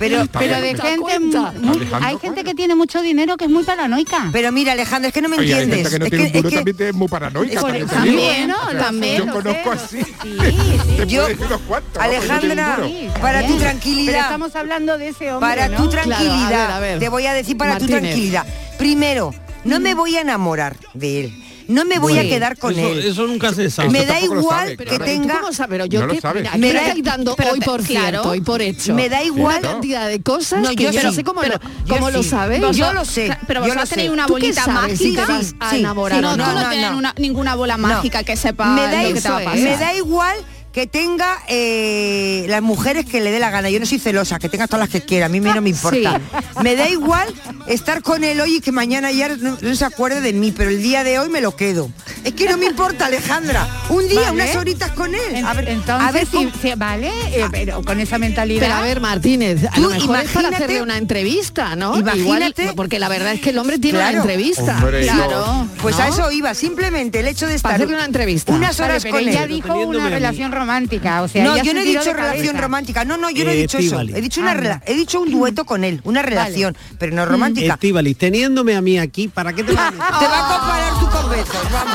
Pero,
Pero de gente, muy-
Alejandro,
hay gente que tiene mucho dinero que es muy paranoica.
Pero mira, Alejandra, es que no me
Oye, hay
entiendes.
gente que no
Es
tiene
que-
un culo
es que-
también es muy
(laughs)
paranoica.
Por-
también te
también,
digo, ¿eh?
¿no?
O sea,
También,
Yo
lo
conozco así. (laughs) Te
Yo-
puedo decir unos cuantos, ¿no? Porque no tiene
Alejandra,
ninguno.
para tu
Bien. Pero
tranquilidad,
estamos hablando de ese hombre.
para
¿no?
tu tranquilidad, te voy a decir para tu
Martínez.
tranquilidad. Primero, no me voy a enamorar de él. No me voy a
Sí.
quedar con
Eso-
él.
Eso nunca se sabe.
Me da igual que tenga.
Pero yo que, mira, me estoy dando hoy por cierto, hoy por hecho.
Me da igual.
Una cantidad de cosas
No,
que
yo
yo no
sí,
sé cómo,
pero-
lo, cómo
yo
lo
sí.
sabéis.
Vos- yo lo sé,
Pero
yo lo
vosotros tenéis
sé.
una
¿Tú qué
bolita mágica.
sabes si te vas a enamorar
Sí,
o
no,
no?
tú no,
No,
tienes
no.
una- ninguna bola
No.
mágica que sepa
me da,
lo que te va a
igual,
pasar.
me da igual que tenga eh, las mujeres que le dé la gana. Yo no soy celosa, que tenga todas las que quiera, a mí me- no
Ah,
me importa. Me da igual estar con él hoy y que mañana ya no, no se acuerde de mí, pero el día de hoy me lo quedo. Es que no me importa, Alejandra. Un día,
Vale.
unas horitas con él. A ver,
Entonces,
a ver Ah.
sí, sí, vale, eh, pero con esa mentalidad.
Pero a ver, Martínez, a
Tú
lo mejor es para
imagínate-
hacerle una entrevista, ¿no? Igual-
Imagínate.
porque la verdad es que el hombre tiene
Claro.
una entrevista.
Hombre,
claro.
Pues
¿no?
a eso iba, simplemente el hecho de estar
Para hacerle una entrevista.
unas
Vale,
horas
pero
con él.
ella dijo una relación romántica, o sea,
no,
ella
yo
se
no he
tiró de
dicho relación
cabeza.
romántica. No, no, yo no he
Eh,
dicho eso.
Estíbaliz.
He dicho una
Anda.
rela- he dicho un dueto con él, una relación, pero no romántica.
Estíbaliz, teniéndome a mí aquí, ¿para qué te vas a meter?
Te va Mm. Ah, a comparar tú con besos, vamos.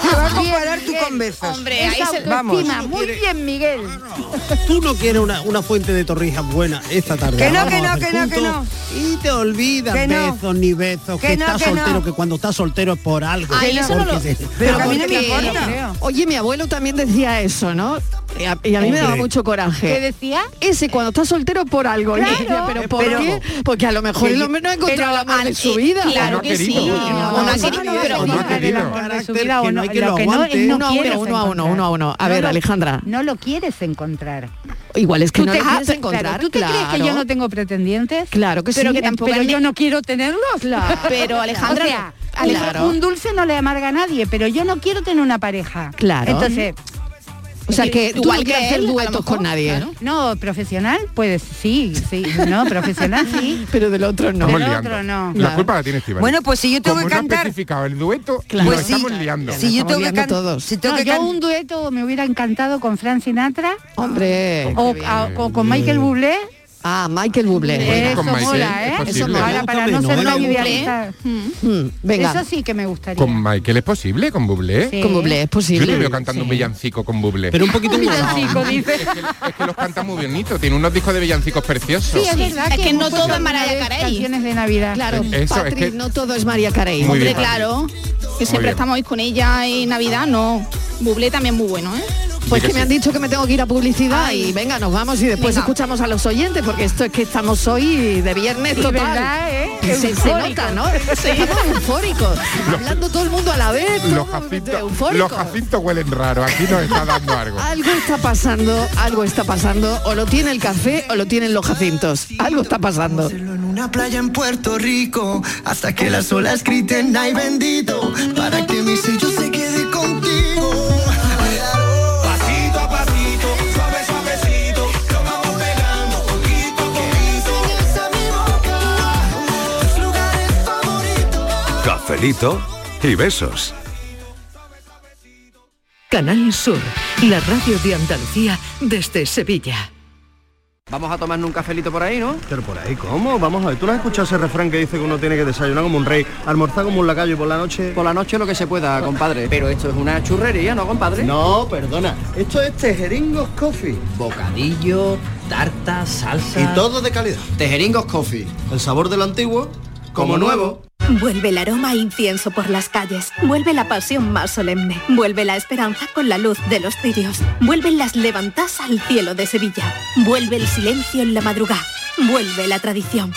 Te va a comparar tú con besos.
Hombre, ahí se-
vamos.
autoestima. Muy bien, Miguel.
Tú no quieres una, una fuente de torrijas buena esta tarde.
Que
La
no, que
vamos
no,
a hacer
que no, que
juntos.
no.
Y te olvidas
Que no.
besos ni besos, que,
Que no,
estás
que no.
soltero, que cuando estás soltero es por algo.
Ay, eso no
Porque "Ah".
lo-
se-
(laughs) pero a mí no me importa. Oye, mi abuelo también decía eso, ¿no? Y a, y a mí me
Hombre.
daba mucho coraje.
¿Qué decía?
Ese, cuando está soltero por algo. Y yo decía,
Claro.
pero ¿por
Pero-
qué? Porque a lo mejor
Pero-
el hombre no ha encontrado
pero
el amor de
al-
su vida.
eh, claro No ha que querido, sí. no, no, no, no ha
eso
querido,
lo
pero
digo.
no ha querido. El amor de su vida o
Que no
no,
hay que lo
lo que no,
aguante.
él no
Uno a
quiere
uno, uno a uno,
encontrar.
uno a uno. A ver,
lo-
Alejandra.
No lo quieres encontrar.
Igual es que
¿Tú
no
te-
te
ah,
quieres
pero-
encontrar.
claro, ¿tú te crees que yo no
tengo pretendientes? Claro que
Pero
sí.
que tampoco
pero
han-
yo no quiero tenerlos. (laughs)
Claro.
Pero, Alejandra,
O sea,
Alejandra-
claro. un dulce no le amarga a nadie, pero yo no quiero tener una pareja.
Claro.
Entonces,
O sea, que tú no quieres hacer duetos con nadie.
No, profesional, pues sí, sí, no, profesional sí.
(laughs) Pero del otro no.
Estamos
Del
liando.
otro no.
La culpa la tiene Estivali.
Bueno, pues si yo tengo
Como
que
no
cantar-
ha especificado el dueto,
Claro.
lo
Pues sí,
estamos liando.
si yo tengo que can-
Si tengo
No,
que
yo
can-
un dueto me hubiera encantado con Frank Sinatra. Ah,
Hombre.
Oh,
O, a- o con Michael Bublé.
Ah, Michael Bublé.
Eso
Con Michael,
mola, ¿eh?
es
Eso
posible.
mola, para no
No,
ser
no,
tan
no.
idealista.
Mm, venga.
Eso sí que me gustaría.
Con Michael es posible, con Bublé.
Sí. Con Bublé es posible.
Yo te veo cantando un villancico con Bublé.
Pero un poquito
Un villancico, dice.
Es que los canta muy bonito, tiene unos discos de villancicos preciosos.
Sí, es verdad
Es que no
puesto
todo es
alguna
Mariah
vez
Carey.
Canciones de Navidad.
Claro,
Eso,
Patri,
es que-
no todo es María Carey.
Muy
Hombre,
bien.
claro. Que siempre
bien.
estamos ahí con ella y Navidad, no. Bublé también muy bueno, ¿eh?
Pues
Sí
que
que
me
sí.
han dicho que me tengo que ir a publicidad y venga, nos vamos y después escuchamos a los oyentes porque esto es que estamos hoy de viernes
Sí,
total.
¿verdad, eh?
Que se, se
Eufóricos.
nota, ¿no? Estamos eufóricos, hablando todo el mundo a la vez, todo
Los jacintos,
eufórico.
los jacintos huelen raro, aquí nos está dando algo.
(laughs) Algo está pasando, algo está pasando, o lo tiene el café o lo tienen los jacintos. Algo está pasando.
en una playa en Puerto Rico hasta que las olas griten ay bendito para que mi sello se quede contigo. Pasito a pasito, suave suavecito, lo vamos pegando poquito a poquito. a mi boca tus lugares favoritos.
Cafelito y besos.
Canal Sur, la radio de Andalucía desde Sevilla.
Vamos a tomarnos un cafelito por ahí, ¿no?
Pero por ahí, ¿cómo? Vamos a ver, ¿tú no has escuchado ese refrán que dice que uno tiene que desayunar como un rey, almorzar como un lacayo y por la noche... Por la noche lo que se pueda, compadre. Pero esto es una churrería, ¿no, compadre? No, perdona. Esto es Tejeringos Coffee. Bocadillo, tarta, salsa... Y todo de calidad. Tejeringos Coffee. El sabor del antiguo como nuevo.
Vuelve el aroma a incienso por las calles, vuelve la pasión más solemne, vuelve la esperanza con la luz de los cirios, vuelven las levantas al cielo de Sevilla, vuelve el silencio en la madrugada, vuelve la tradición.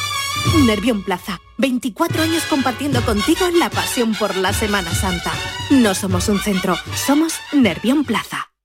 Nervión Plaza, 24 años compartiendo contigo la pasión por la Semana Santa. No somos un centro, somos Nervión Plaza.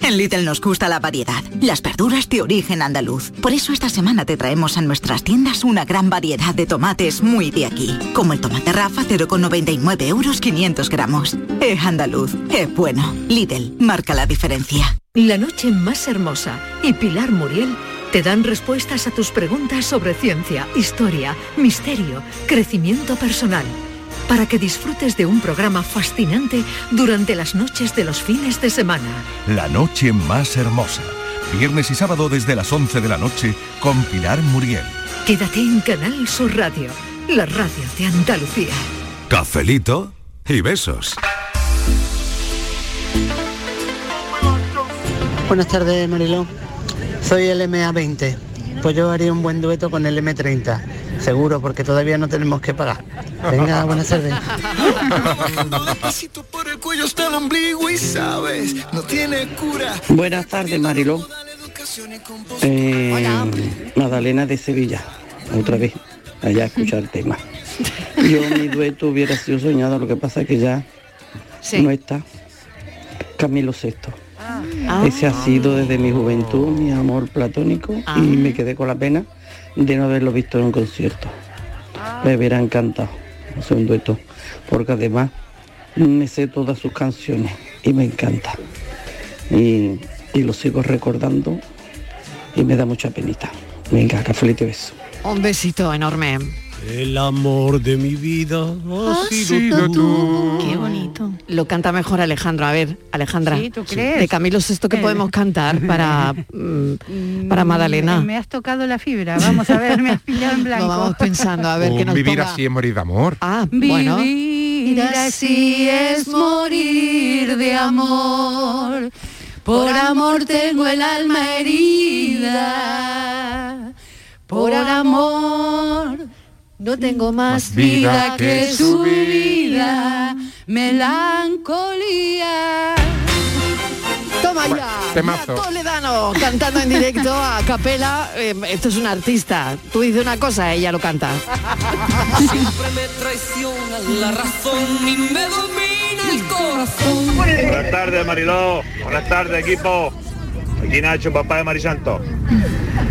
En Lidl nos gusta la variedad, las verduras de origen andaluz. Por eso esta semana te traemos a nuestras tiendas una gran variedad de tomates muy de aquí, como el tomate Rafa 0,99 euros 500 gramos. Es andaluz, es bueno. Lidl marca la diferencia.
La noche más hermosa y Pilar Muriel te dan respuestas a tus preguntas sobre ciencia, historia, misterio, crecimiento personal, para que disfrutes de un programa fascinante durante las noches de los fines de semana.
La noche más hermosa. Viernes y sábado desde las 11 de la noche con Pilar Muriel.
Quédate en Canal Sur Radio, la radio de Andalucía.
Cafelito y besos.
Buenas tardes, Mariló. Soy el MA20. Pues yo haría un buen dueto con el M30. Seguro, porque todavía no tenemos que pagar. Venga, buenas tardes.
Despacito por el cuello hasta el ombligo y sabes, no tiene cura.
Buenas tardes, Mariló. Eh, Madalena de Sevilla, otra vez, allá a escuchar el tema. Yo mi dueto hubiera sido soñado, lo que pasa es que ya no está. Camilo VI.
Ah.
Ese ha sido desde mi juventud mi amor platónico y me quedé con la pena de no haberlo visto en un concierto. Me hubiera encantado hacer un dueto, porque además me sé todas sus canciones y me encanta. Y, y lo sigo recordando y me da mucha penita. Venga, cafelito y beso.
Un besito enorme.
El amor de mi vida
Ah.
ha sido, Oh, tú.
Qué bonito. Lo canta mejor Alejandro. A ver, Alejandra.
Sí, ¿tú crees?
De Camilo esto que podemos cantar para, mm, para Madalena.
Me has tocado la fibra. Vamos a ver, me has pillado en blanco.
Lo vamos pensando, a ver
Un
qué nos
vivir
ponga.
así es morir de amor.
Ah, bueno.
Vivir así es morir de amor. Por amor tengo el alma herida. Por amor no tengo más,
Más vida
vida que
que
su
su
vida. Melancolía.
Toma
Bueno,
ya.
temazo.
Toledano cantando en directo a capela. Eh, esto es un artista. Tú dices una cosa, ella lo canta.
Siempre me traiciona la razón y me domina el
Buenas
corazón.
tardes, Mariló. Buenas tardes, equipo. Aquí Nacho, papá de Marisanto.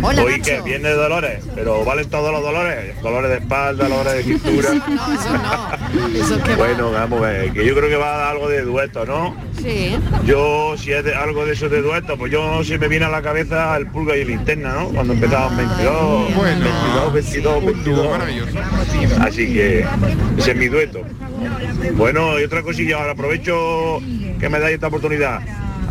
Hola,
Hoy que viene dolores, pero valen todos los dolores. Dolores de espalda, dolores de cintura.
(laughs) no, eso no. Eso que va.
bueno, vamos a ver, que yo creo que va a dar algo de dueto, ¿no?
Sí.
Yo, si es de- algo de eso de dueto, pues yo se me viene a la cabeza el pulga y linterna, ¿no? Cuando empezaban 22, 22, 22, 22. Así que ese es mi dueto. Bueno, y otra cosilla, ahora aprovecho que me dais esta oportunidad.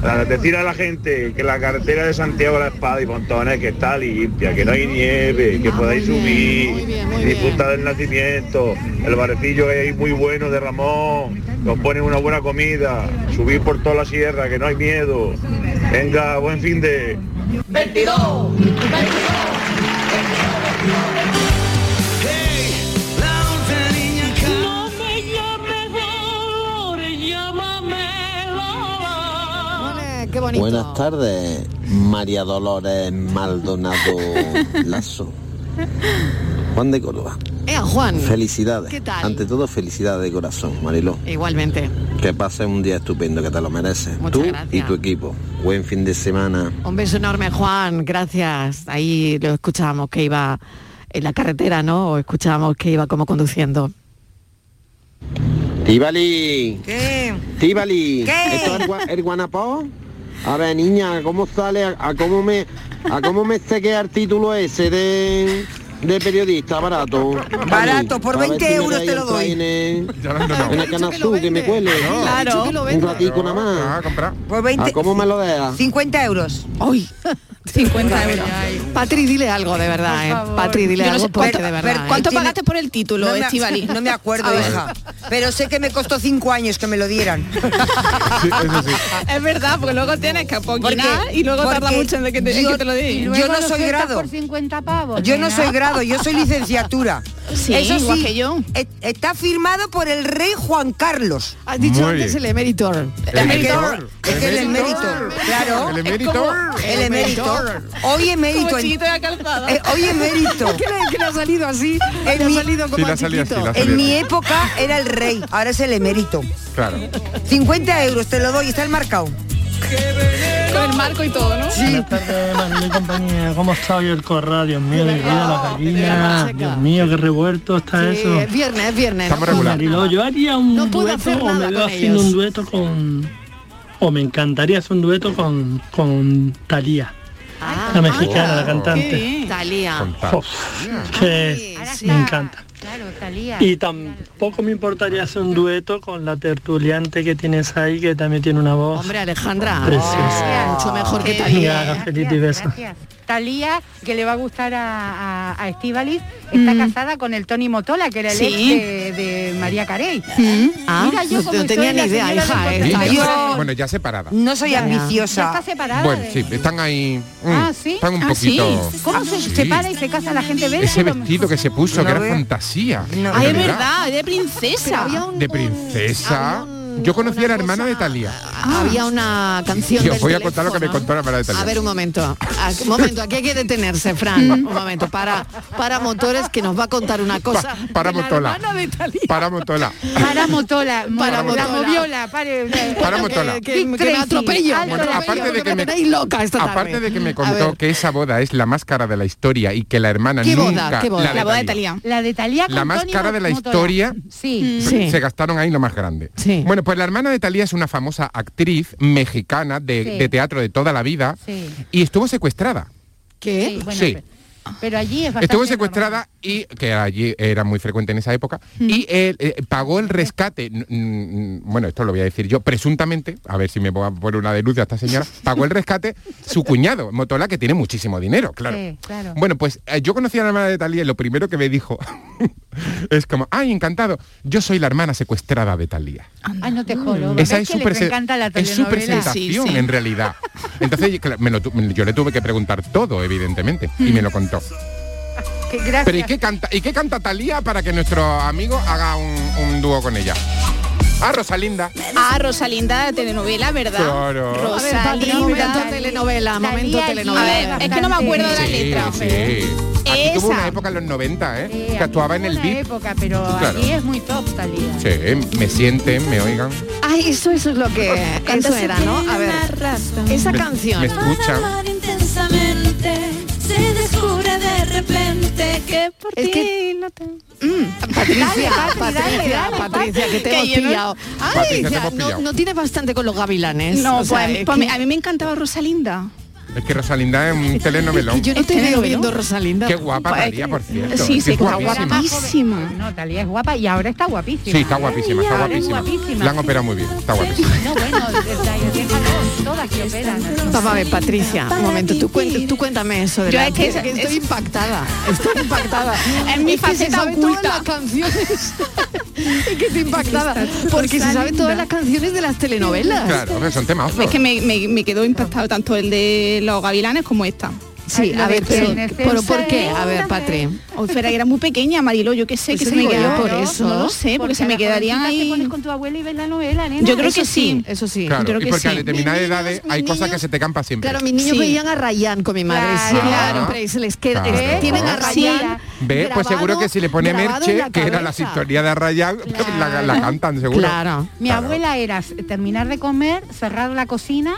Para decir a la gente que la carretera de Santiago de la Espada y Pontones que está limpia, que no hay nieve, que podáis subir, disfrutar del nacimiento, el barecillo que hay muy bueno de Ramón, nos ponen una buena comida, subir por toda la sierra, que no hay miedo. Venga, buen fin de...
22, 22.
No me llames dolor, llámame
Eh, Qué bonito.
Buenas tardes, María Dolores Maldonado Lazo. Juan de Córdoba.
Eh, Juan.
Felicidades.
¿Qué tal?
Ante todo, felicidades de corazón, Mariló.
Eh.
Igualmente.
Que pases un día estupendo, que te lo mereces.
Muchas
Tú y
gracias.
tu equipo. Buen fin de semana.
Un beso enorme, Juan. Gracias. Ahí lo escuchábamos que iba en la carretera, ¿no? O escuchábamos que iba como conduciendo.
Tibali.
¿Qué?
Tibali.
¿Qué?
¿Esto es el, gua- el guanapó? A ver, niña, ¿a ¿cómo sale? ¿A, a cómo me a cómo me se queda el título ese de, de periodista barato?
Barato, por
A ver
20
si me
euros
dais
te
el
lo doy.
train En en el canal sur, que me cuele.
¿no? Claro. Dicho que lo
Un
vende.
ratico nada más.
Por 20,
¿A cómo me lo
Ah.
dejas?
50 euros. (laughs)
Hoy. 50 euros. Patri, dile algo de verdad, ¿eh? Patri, dile
Yo no
algo
sé
porque
cuánto-
de
a ver,
verdad. ¿eh?
¿cuánto Tiene-
pagaste por el título,
No me,
Estivali?
no me acuerdo, (laughs)
A ver.
hija. Pero sé que me costó 5 años que me lo (laughs) dieran. (laughs)
Es verdad, porque luego tienes que apoquinar
Porque-
y luego tarda
porque
mucho en que te, en
yo-
que te lo
y
diga.
luego Yo no lo soy sueltas grado. por
50 pavos.
Yo no
nena.
soy grado, yo soy licenciatura.
(laughs) Sí,
Eso sí,
igual que yo.
e- está firmado por el rey Juan Carlos.
Has dicho Muy antes bien. el emeritor.
El emeritor. Es que el emeritor. Claro.
El emérito.
El emérito. emérito, hoy emérito,
Como
en-
chiquito de la calzada.
eh, hoy
(laughs)
emérito.
Que le- que le ha
salido así?
le ha salido
como Sí, le ha al salido chiquito. así, le ha
en
salido
mi
así.
época era el rey, ahora es el emérito.
Claro.
50 euros, te lo doy, está el marcado.
Con el marco y todo, ¿no?
Buenas tardes, Mariló y compañía. ¿Cómo está hoy el corral? Dios mío, Dios mío, la gallina. Dios mío, qué revuelto está
Sí,
eso.
es viernes, es viernes. no puedo hacer
Mariló,
nada.
yo haría un
No puedo
dueto
hacer
o me
nada
veo
con
haciendo un
ellos.
dueto con... O me encantaría hacer un dueto con, con Talía, la mexicana, la cantante.
Talía.
Uf, Ah, que me encanta.
Claro, Talía.
Y tampoco me importaría hacer un dueto con la tertuliante que tienes ahí, que también tiene una voz.
Hombre, Alejandra.
Preciosa.
Mucho mejor que ¿eh?
Venga,
Talía.
Feliz y besos.
Talía, que le va a gustar a, a, a Estíbaliz,
Mm.
está casada con el Tony Motola, que era el
Sí.
ex de, de María Carey.
Mm.
Ah,
Mira, yo
no
como
tenía
soy
ni
la
idea,
señora
hija.
del
eh.
Ay, yo-
bueno, ya separada.
No soy ambiciosa.
Ya está separada.
Bueno,
de-
sí, están ahí. mm,
Ah, sí.
Están un
Ah, sí.
poquito.
¿Cómo se
Sí.
separa y se casa la gente Ah, verde?
Ese vestido que se puso, que era fantasía. de
Ay, es
verdad.
verdad, es de princesa.
De
Ah,
princesa. Yo conocí a la hermana de Talía.
Había una canción
Y os
del
voy a contar lo que me contó la hermana de Talía.
A ver, un momento. A- Un momento, aquí hay que detenerse, Fran. Un momento. Para, para motores que nos va a contar una cosa.
para
de la
Motola.
hermana de Talía.
Para Motola.
(laughs)
Para Motola,
Para
para
Motola.
La moviola, (laughs) pare, pare.
Para Motola.
Que, que- que me
Tracy,
atropello.
alto
Bueno,
la
aparte de que me tenéis loca esta tarde.
Aparte de que me
A
contó
ver,
que esa boda es la más cara de la historia y que la hermana
¿Qué
nunca
boda? ¿Qué boda?
la, de Talía,
La de Talía con
la más
Tony
cara de la
Motola.
historia
Sí.
se gastaron ahí lo más grande. Bueno, pues la hermana de Talía es una famosa actriz mexicana de,
Sí.
de teatro de toda la vida
Sí.
y estuvo secuestrada.
¿Qué?
Sí, bueno,
Sí.
pero- Pero allí es bastante
Estuvo secuestrada y que allí era muy frecuente en esa época y él eh, pagó el rescate. n- n- Bueno, esto lo voy a decir yo presuntamente, a ver si me voy a poner una denuncia a esta señora. Pagó el rescate su cuñado Motola que tiene muchísimo dinero, claro.
Sí, claro.
Bueno, pues eh, yo conocí a la hermana de Talía y lo primero que me dijo (laughs) es como, ay, encantado, yo soy la hermana secuestrada de Talía.
Ay, no te joro.
Mm. Esa
¿Ves
es
que
su,
le
prese-
encanta la
es su
telenovela?
presentación en realidad. Entonces, claro, me lo tu- me- yo le tuve que preguntar todo, evidentemente, y me lo contó.
Que gracias.
Pero ¿y qué canta, y qué canta Talía para que nuestro amigo haga un, un dúo con ella? Ah, Rosalinda.
Ah, Rosalinda de telenovela, ¿verdad?
Claro.
A ver, Patri,
Rosalinda.
momento telenovela, momento
Talía
telenovela.
allí, A ver, es que no me acuerdo de la
Sí,
letra.
sí. Aquí tuvo
Esa.
una época en los 90, ¿eh?
Sí,
que
aquí
actuaba en
hubo
el
una
VIP.
época, pero
Claro.
aquí es muy top Talía.
Sí, me sienten, me oigan.
Ay, eso, eso es lo que eso era, ¿no? A ver, esa
Me-
canción.
me escuchan.
intensamente se descubre de repente que por
Es que- Mm,
ti no te
Patricia,
Dale,
Patricia,
Patri, dale, dale,
Patricia, que te
que
hemos
yo no-
pillado. Ay,
Patricia, te
ya,
hemos
no-
pillado.
No, tienes bastante con los gavilanes.
No,
O sea,
pues,
es
pues,
que-
a mí me encantaba Rosalinda.
Es que Rosalinda es un telenovelón.
yo no te veo viendo Rosalinda.
Qué guapa
Pues,
Talía, por cierto.
sí,
Es
sí,
que es
está
guapísima.
guapísima. No, Talía es guapa y ahora está guapísima.
Sí, está guapísima, está
Ahora es
guapísima. La han operado muy bien, está guapísima.
No, bueno,
(laughs)
desde ahí, déjalo, todas que operan.
Vamos a ver, Patricia, un momento, tú, cuen- tú cuéntame eso de
Yo
la-
es que-
estoy impactada, estoy
(laughs)
impactada.
Es mi
que se
faceta
sabe
oculta.
todas las canciones. (laughs) es que estoy
(laughs)
impactada,
Es que está
porque se sabe
Rosalinda.
todas las canciones de las telenovelas.
Claro, hombre, son temas.
Es que me, me- me quedó impactado tanto el de los gavilanes como esta.
Sí, a ver, pero, pero ¿por qué? A ver, Patri.
Oh, espera, que era muy pequeña, Marilo, yo qué sé,
Pues
que
eso
se me
digo yo,
quedaba.
por
No,
eso.
No lo sé, porque, se
a
me
la
quedarían
jovencita
ahí.
Te pones con tu abuela y ves la novela, nena.
Yo creo
Eso
que sí.
Eso sí.
Claro,
creo
y
que
porque a
sí.
determinada edad hay cosas que se te campa siempre.
Claro, mis niños
Sí.
veían a Rayán con mi madre
Claro,
siempre, y se les queda,
claro.
eh, tienen a
Sí.
Rayán.
Ve, pues seguro que si le pone
grabado en
Merche,
la
que era
cabeza.
la sintonía de Rayán, (laughs) la, la cantan seguro.
Claro.
Mi abuela era s- terminar de comer, cerrar la cocina,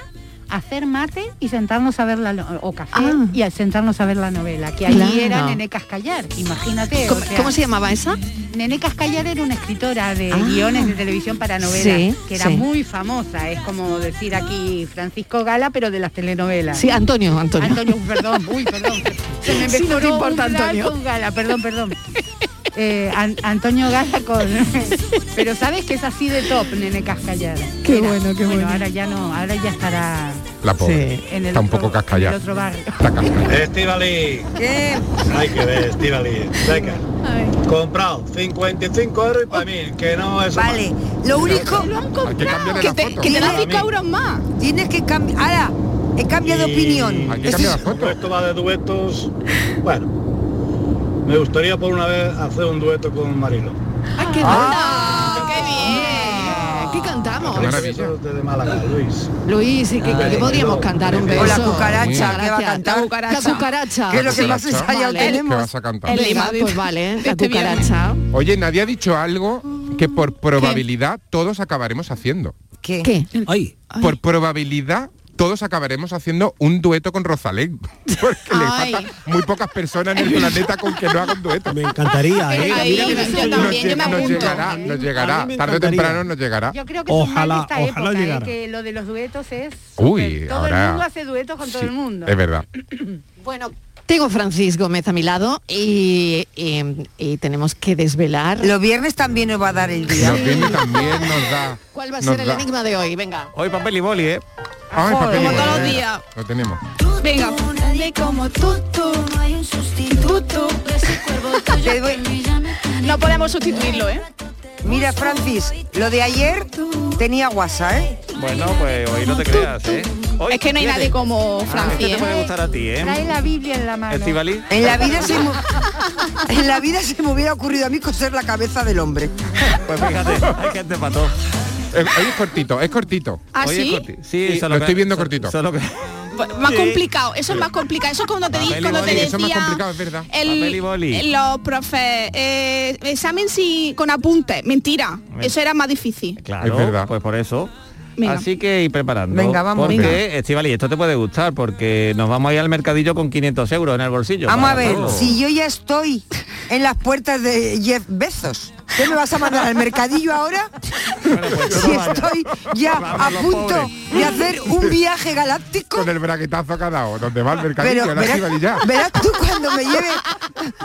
hacer mate y sentarnos a ver la no- o café y al sentarnos a ver la novela, que allí
Ah. Claro.
era Nene Cascallar, imagínate.
¿Cómo- cómo se llamaba esa?
Nene Cascallar era una escritora de
Ah.
guiones de televisión para novelas,
Sí,
que era
sí.
muy famosa, es como decir aquí Francisco Gala, pero de las telenovelas.
Sí, Antonio, Antonio.
Antonio, perdón, uy, perdón. Se me
Sí, no te
mejoró
importa,
un Gala
Antonio.
con Gala, perdón, perdón. Eh, An- Antonio Gala con... Pero sabes que es así de top, Nene Cascallar.
Qué
Era-
bueno, qué bueno.
ahora ya no, ahora ya estará
La pobre.
en el
Está un poco
en el
cascallada.
otro barrio.
Estivali. Hay que ver, Estivali. Venga. Comprado 55 euros y para mí, que no es
Vale, lo único
cambiarle
Que te- que te da cinco euros más.
Tienes que cambiar. Ahora, he cambiado de opinión.
Esto es- como Esto va de duetos. Bueno, me gustaría por una vez hacer un dueto con Marilo.
¡Ah, qué bien! ¿Qué cantamos?
Tres besos desde Málaga, Luis. Ah,
Luis, ¿y qué,
Ay,
qué podríamos
no.
cantar? Un
O
beso.
la cucaracha, ¿qué va a
Gracias.
cantar?
La cucaracha.
La
cucaracha.
¿Qué es lo que más ensayado
Vale.
tenemos? ¿Qué vas a cantar? El
Venga,
lema de-
pues vale, la
este viernes.
cucaracha.
Oye, nadie ha dicho algo que por probabilidad todos acabaremos haciendo.
¿Qué?
¿Qué?
Por probabilidad todos acabaremos haciendo un dueto con Rosalén. (laughs) Porque
Ay.
le faltan muy pocas personas en el planeta con que no hagan dueto. Me
encantaría, ¿eh?
Ahí, Mira que yo nosotros- también, yo me
nos
apunto.
llegará, nos llegará.
A mí me
Tarde o
encantaría.
temprano nos llegará.
Yo creo que son más de
ojalá,
esta época, eh, que lo de los duetos es...
Uy,
Todo el mundo
ahora...
hace duetos con todo
sí,
el mundo.
Es verdad.
Bueno, tengo a Francis Gómez a mi lado y, y- y tenemos que desvelar.
Los viernes también nos va a dar el día.
Los viernes también nos da.
¿Cuál va a
nos
ser el
da.
enigma de hoy? Venga.
Hoy papel y boli, ¿eh? Ay, papel
Como
y boli.
todos los
venga,
días.
Lo tenemos.
Venga. Nadie como tú, tú. No hay un sustituto.
(laughs) No podemos sustituirlo, ¿eh? Mira, Francis, lo de ayer tenía guasa, ¿eh?
Bueno, pues hoy no te creas, ¿eh.
es que no hay nadie como
Francis, este te puede ¿eh? gustar a ti, ¿eh? Trae
la Biblia en la mano.
Estivali.
En la vida se me, (laughs) en la vida se me hubiera ocurrido a mí coser la cabeza del hombre.
Pues fíjate, hay gente para todo.
Eh, Hoy es cortito, es cortito.
¿Ah,
Hoy es
sí?
corti-
Sí,
Sí,
solo
lo
que-
estoy viendo cortito.
Más complicado, eso es más complicado. Eso es cuando te, di-
Papel y
cuando te
boli,
decía
eso es más complicado, es verdad. Papel y boli.
el, los profes, eh, examen sin- con apuntes, mentira. Eso era más difícil.
Claro, pues por eso.
Venga.
Así que ir preparando.
Venga, vamos.
Porque,
Venga.
Estivali, esto te puede gustar porque nos vamos a ir al mercadillo con 500 euros en el bolsillo.
Vamos
para
a ver,
hacerlo.
si yo ya estoy en las puertas de Jeff Bezos, ¿qué me vas a mandar al mercadillo ahora? (laughs)
pues
si estoy ya a
los
punto
pobres.
de hacer un viaje galáctico.
Con el braquetazo ha dado, donde va el mercadillo,
Pero
la
verás,
Estíbaliz ya.
verás tú cuando me lleve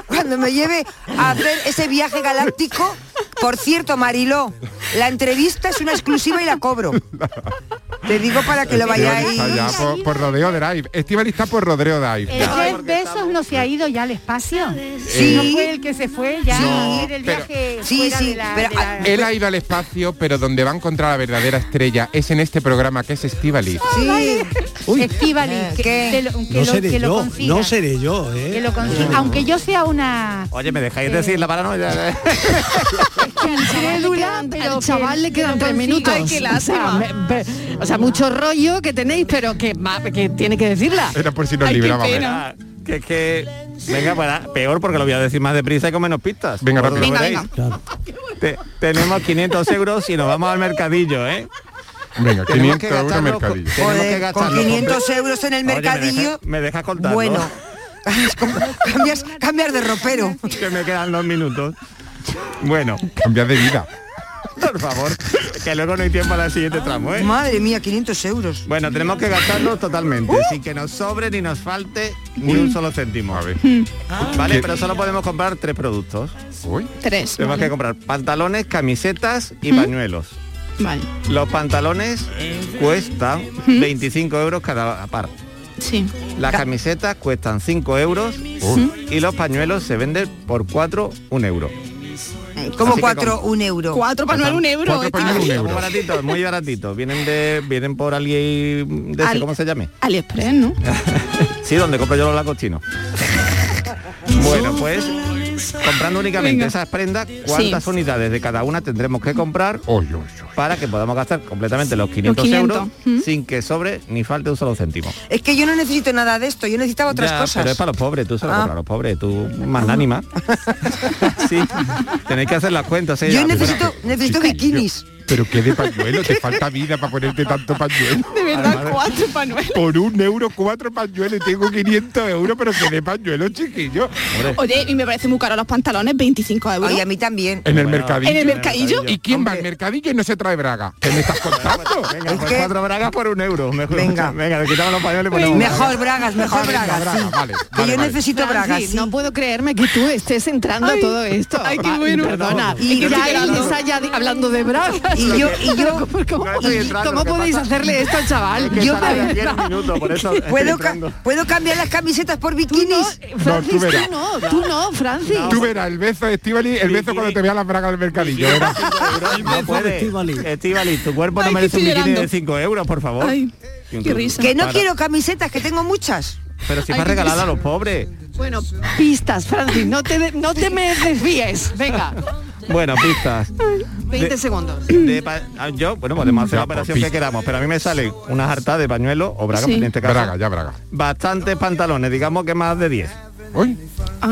cuando me lleve a hacer ese viaje galáctico. Por cierto, Mariló, la entrevista es una exclusiva y la cobro. Te digo para que lo
Estíbaliz
vayáis.
está ya por, por Rodeo Drive. Estivali está por Rodeo Drive.
¿El Jeff Bezos no se ha ido ya al espacio?
Sí.
¿No fue el que se fue ya
No,
a hacer el
pero-
viaje
Sí,
fuera
sí,
de la-
pero-
de la-
Él ha ido al espacio, pero donde va a encontrar la verdadera estrella es en este programa que es Estivali.
ah,
Sí. Estíbali,
Eh,
que, que lo, que
No
lo-
seré
que lo
yo,
consiga.
no seré eh.
yo,
Que lo consiga. Aunque yo sea una
Oye, ¿me dejáis decir la
(laughs)
paranoia? (laughs) eh?
Crédula, pero al chaval le quedan tres minutos.
Ay, qué lástima.
O sea, me- pe- o sea, mucho rollo que tenéis, pero que, ma- que tiene que decirla.
Era por si nos librábamos.
Ah, Que es que. Venga, para, peor porque lo voy a decir más deprisa y con menos pistas. Venga,
rápido.
Venga,
tenemos 500 euros y nos vamos al mercadillo, ¿eh?
Venga,
Tenemos que
500 euros
gastarlo con-
mercadillo.
tenemos que
Joder, con
gastarlo
500 euros en el
Oye, ¿me deja-
mercadillo?
¿Me dejas contarlo?
Bueno. (laughs) Es como cambias, cambiar de ropero.
que me quedan dos minutos. (laughs) Bueno.
Cambiar de vida.
Por favor, que luego no hay tiempo para el siguiente tramo, ¿eh?
Madre mía, 500 euros.
Bueno, tenemos que gastarlo totalmente,
Uh.
sin que nos sobre ni nos falte ni un solo céntimo. Vale, pero solo podemos comprar tres productos.
Tres.
Tenemos
vale.
que comprar pantalones, camisetas y pañuelos.
Vale,
Los pantalones cuestan 25 euros cada par.
sí.
Las camisetas cuestan 5 euros y los pañuelos se venden por 4, 1 euro.
Como
Así que
cuatro,
con-
un euro.
Cuatro pañuelos, un euro. eh,
Cuatro pañuelos,
Estivali.
un euro. Muy baratitos, muy baratitos. Vienen de, vienen por alguien de ese,
Al-
¿cómo se llame?
AliExpress,
(laughs)
¿no?
Sí, donde compro yo los lacostinos. bueno, pues comprando únicamente
Venga.
esas prendas, ¿cuántas
Sí.
unidades de cada una tendremos que comprar para que podamos gastar completamente los 500,
500,
euros sin que sobre ni falte un solo céntimo?
Es que yo no necesito nada de esto, yo necesitaba otras
Ya,
cosas.
Pero es para los pobres, tú se lo
Ah.
compras a los pobres, tú magnánima. sí, tenéis que hacer las cuentas. ¿eh?
Yo
Ah, pero-
necesito, necesito bikinis.
Pero qué de pañuelo, te falta vida para ponerte tanto pañuelo.
De verdad, cuatro pañuelos.
Por un euro, cuatro pañuelos y tengo 500 euros, pero que de pañuelo, chiquillo.
Oye, y me parece muy caro los pantalones, 25 euros. Y a
mí también.
En el mercadillo.
¿En el mercadillo?
¿Y quién va al mercadillo y no se trae braga? ¿Qué me estás contando?
Venga, pues cuatro bragas por un euro. Mejor, venga, venga, le quitamos los pañuelos y ponemos
Mejor bragas, mejor bragas. sí. Que yo necesito
Francis,
bragas. sí.
No puedo creerme que tú estés entrando a todo esto. Ay, qué bueno. Perdona.
Y
Y
yo
ya
estoy
él
entrando.
está ya di- hablando de bragas.
Y yo- y
(laughs)
yo-
¿Cómo, cómo-
estoy entrando,
cómo
lo que
podéis
pasa-
hacerle esto al chaval? Yo de verdad.
(laughs) ¿Puedo, ca- ¿Puedo cambiar las camisetas por bikinis?
eh, Francis, tú,
verás.
no, tú no, Francis.
Tú verás el beso de Estivali, el beso cuando te vea las bragas del mercadillo. verás.
No puede. Estivali, tu cuerpo no merece un
estoy
bikini
llorando.
de 5 euros, por favor.
Ay,
Tú-
Que no
Para.
quiero camisetas, que tengo muchas.
Pero si
Ay,
vas
qué
regalado a
risa.
los pobres.
Bueno, pistas, Francis, no te, de- no te me desvíes. Venga.
(clears throat)
Bueno, pistas.
20
de-
segundos.
de pa- ah, yo, bueno, podemos hacer la operación que queramos, pero a mí me sale una jarta de pañuelo o braga,
Sí.
en este caso.
Braga, ya braga.
Bastantes pantalones, digamos que más de 10.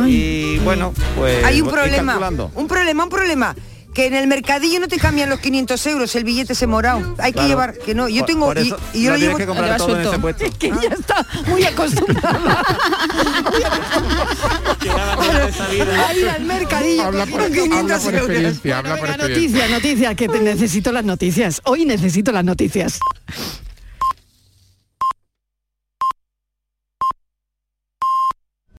Y bueno, pues...
Hay un
voy
problema,
calculando.
un problema, un problema. Que en el mercadillo no te cambian los 500 euros, el billete se morado. Hay que
Claro.
llevar, (laughs) que no, yo
Por-
tengo...
por
y-
eso
y, yo
lo
lo
tienes
llevo...
que comprar todo en ese puesto.
(laughs)
que ya (laughs) está muy acostumbrada.
A ir (laughs) al mercadillo
Habla
con
por, habla
500
por
euros.
experiencia, habla por
Noticias,
experiencia.
noticias, que te necesito las noticias. Hoy necesito las noticias.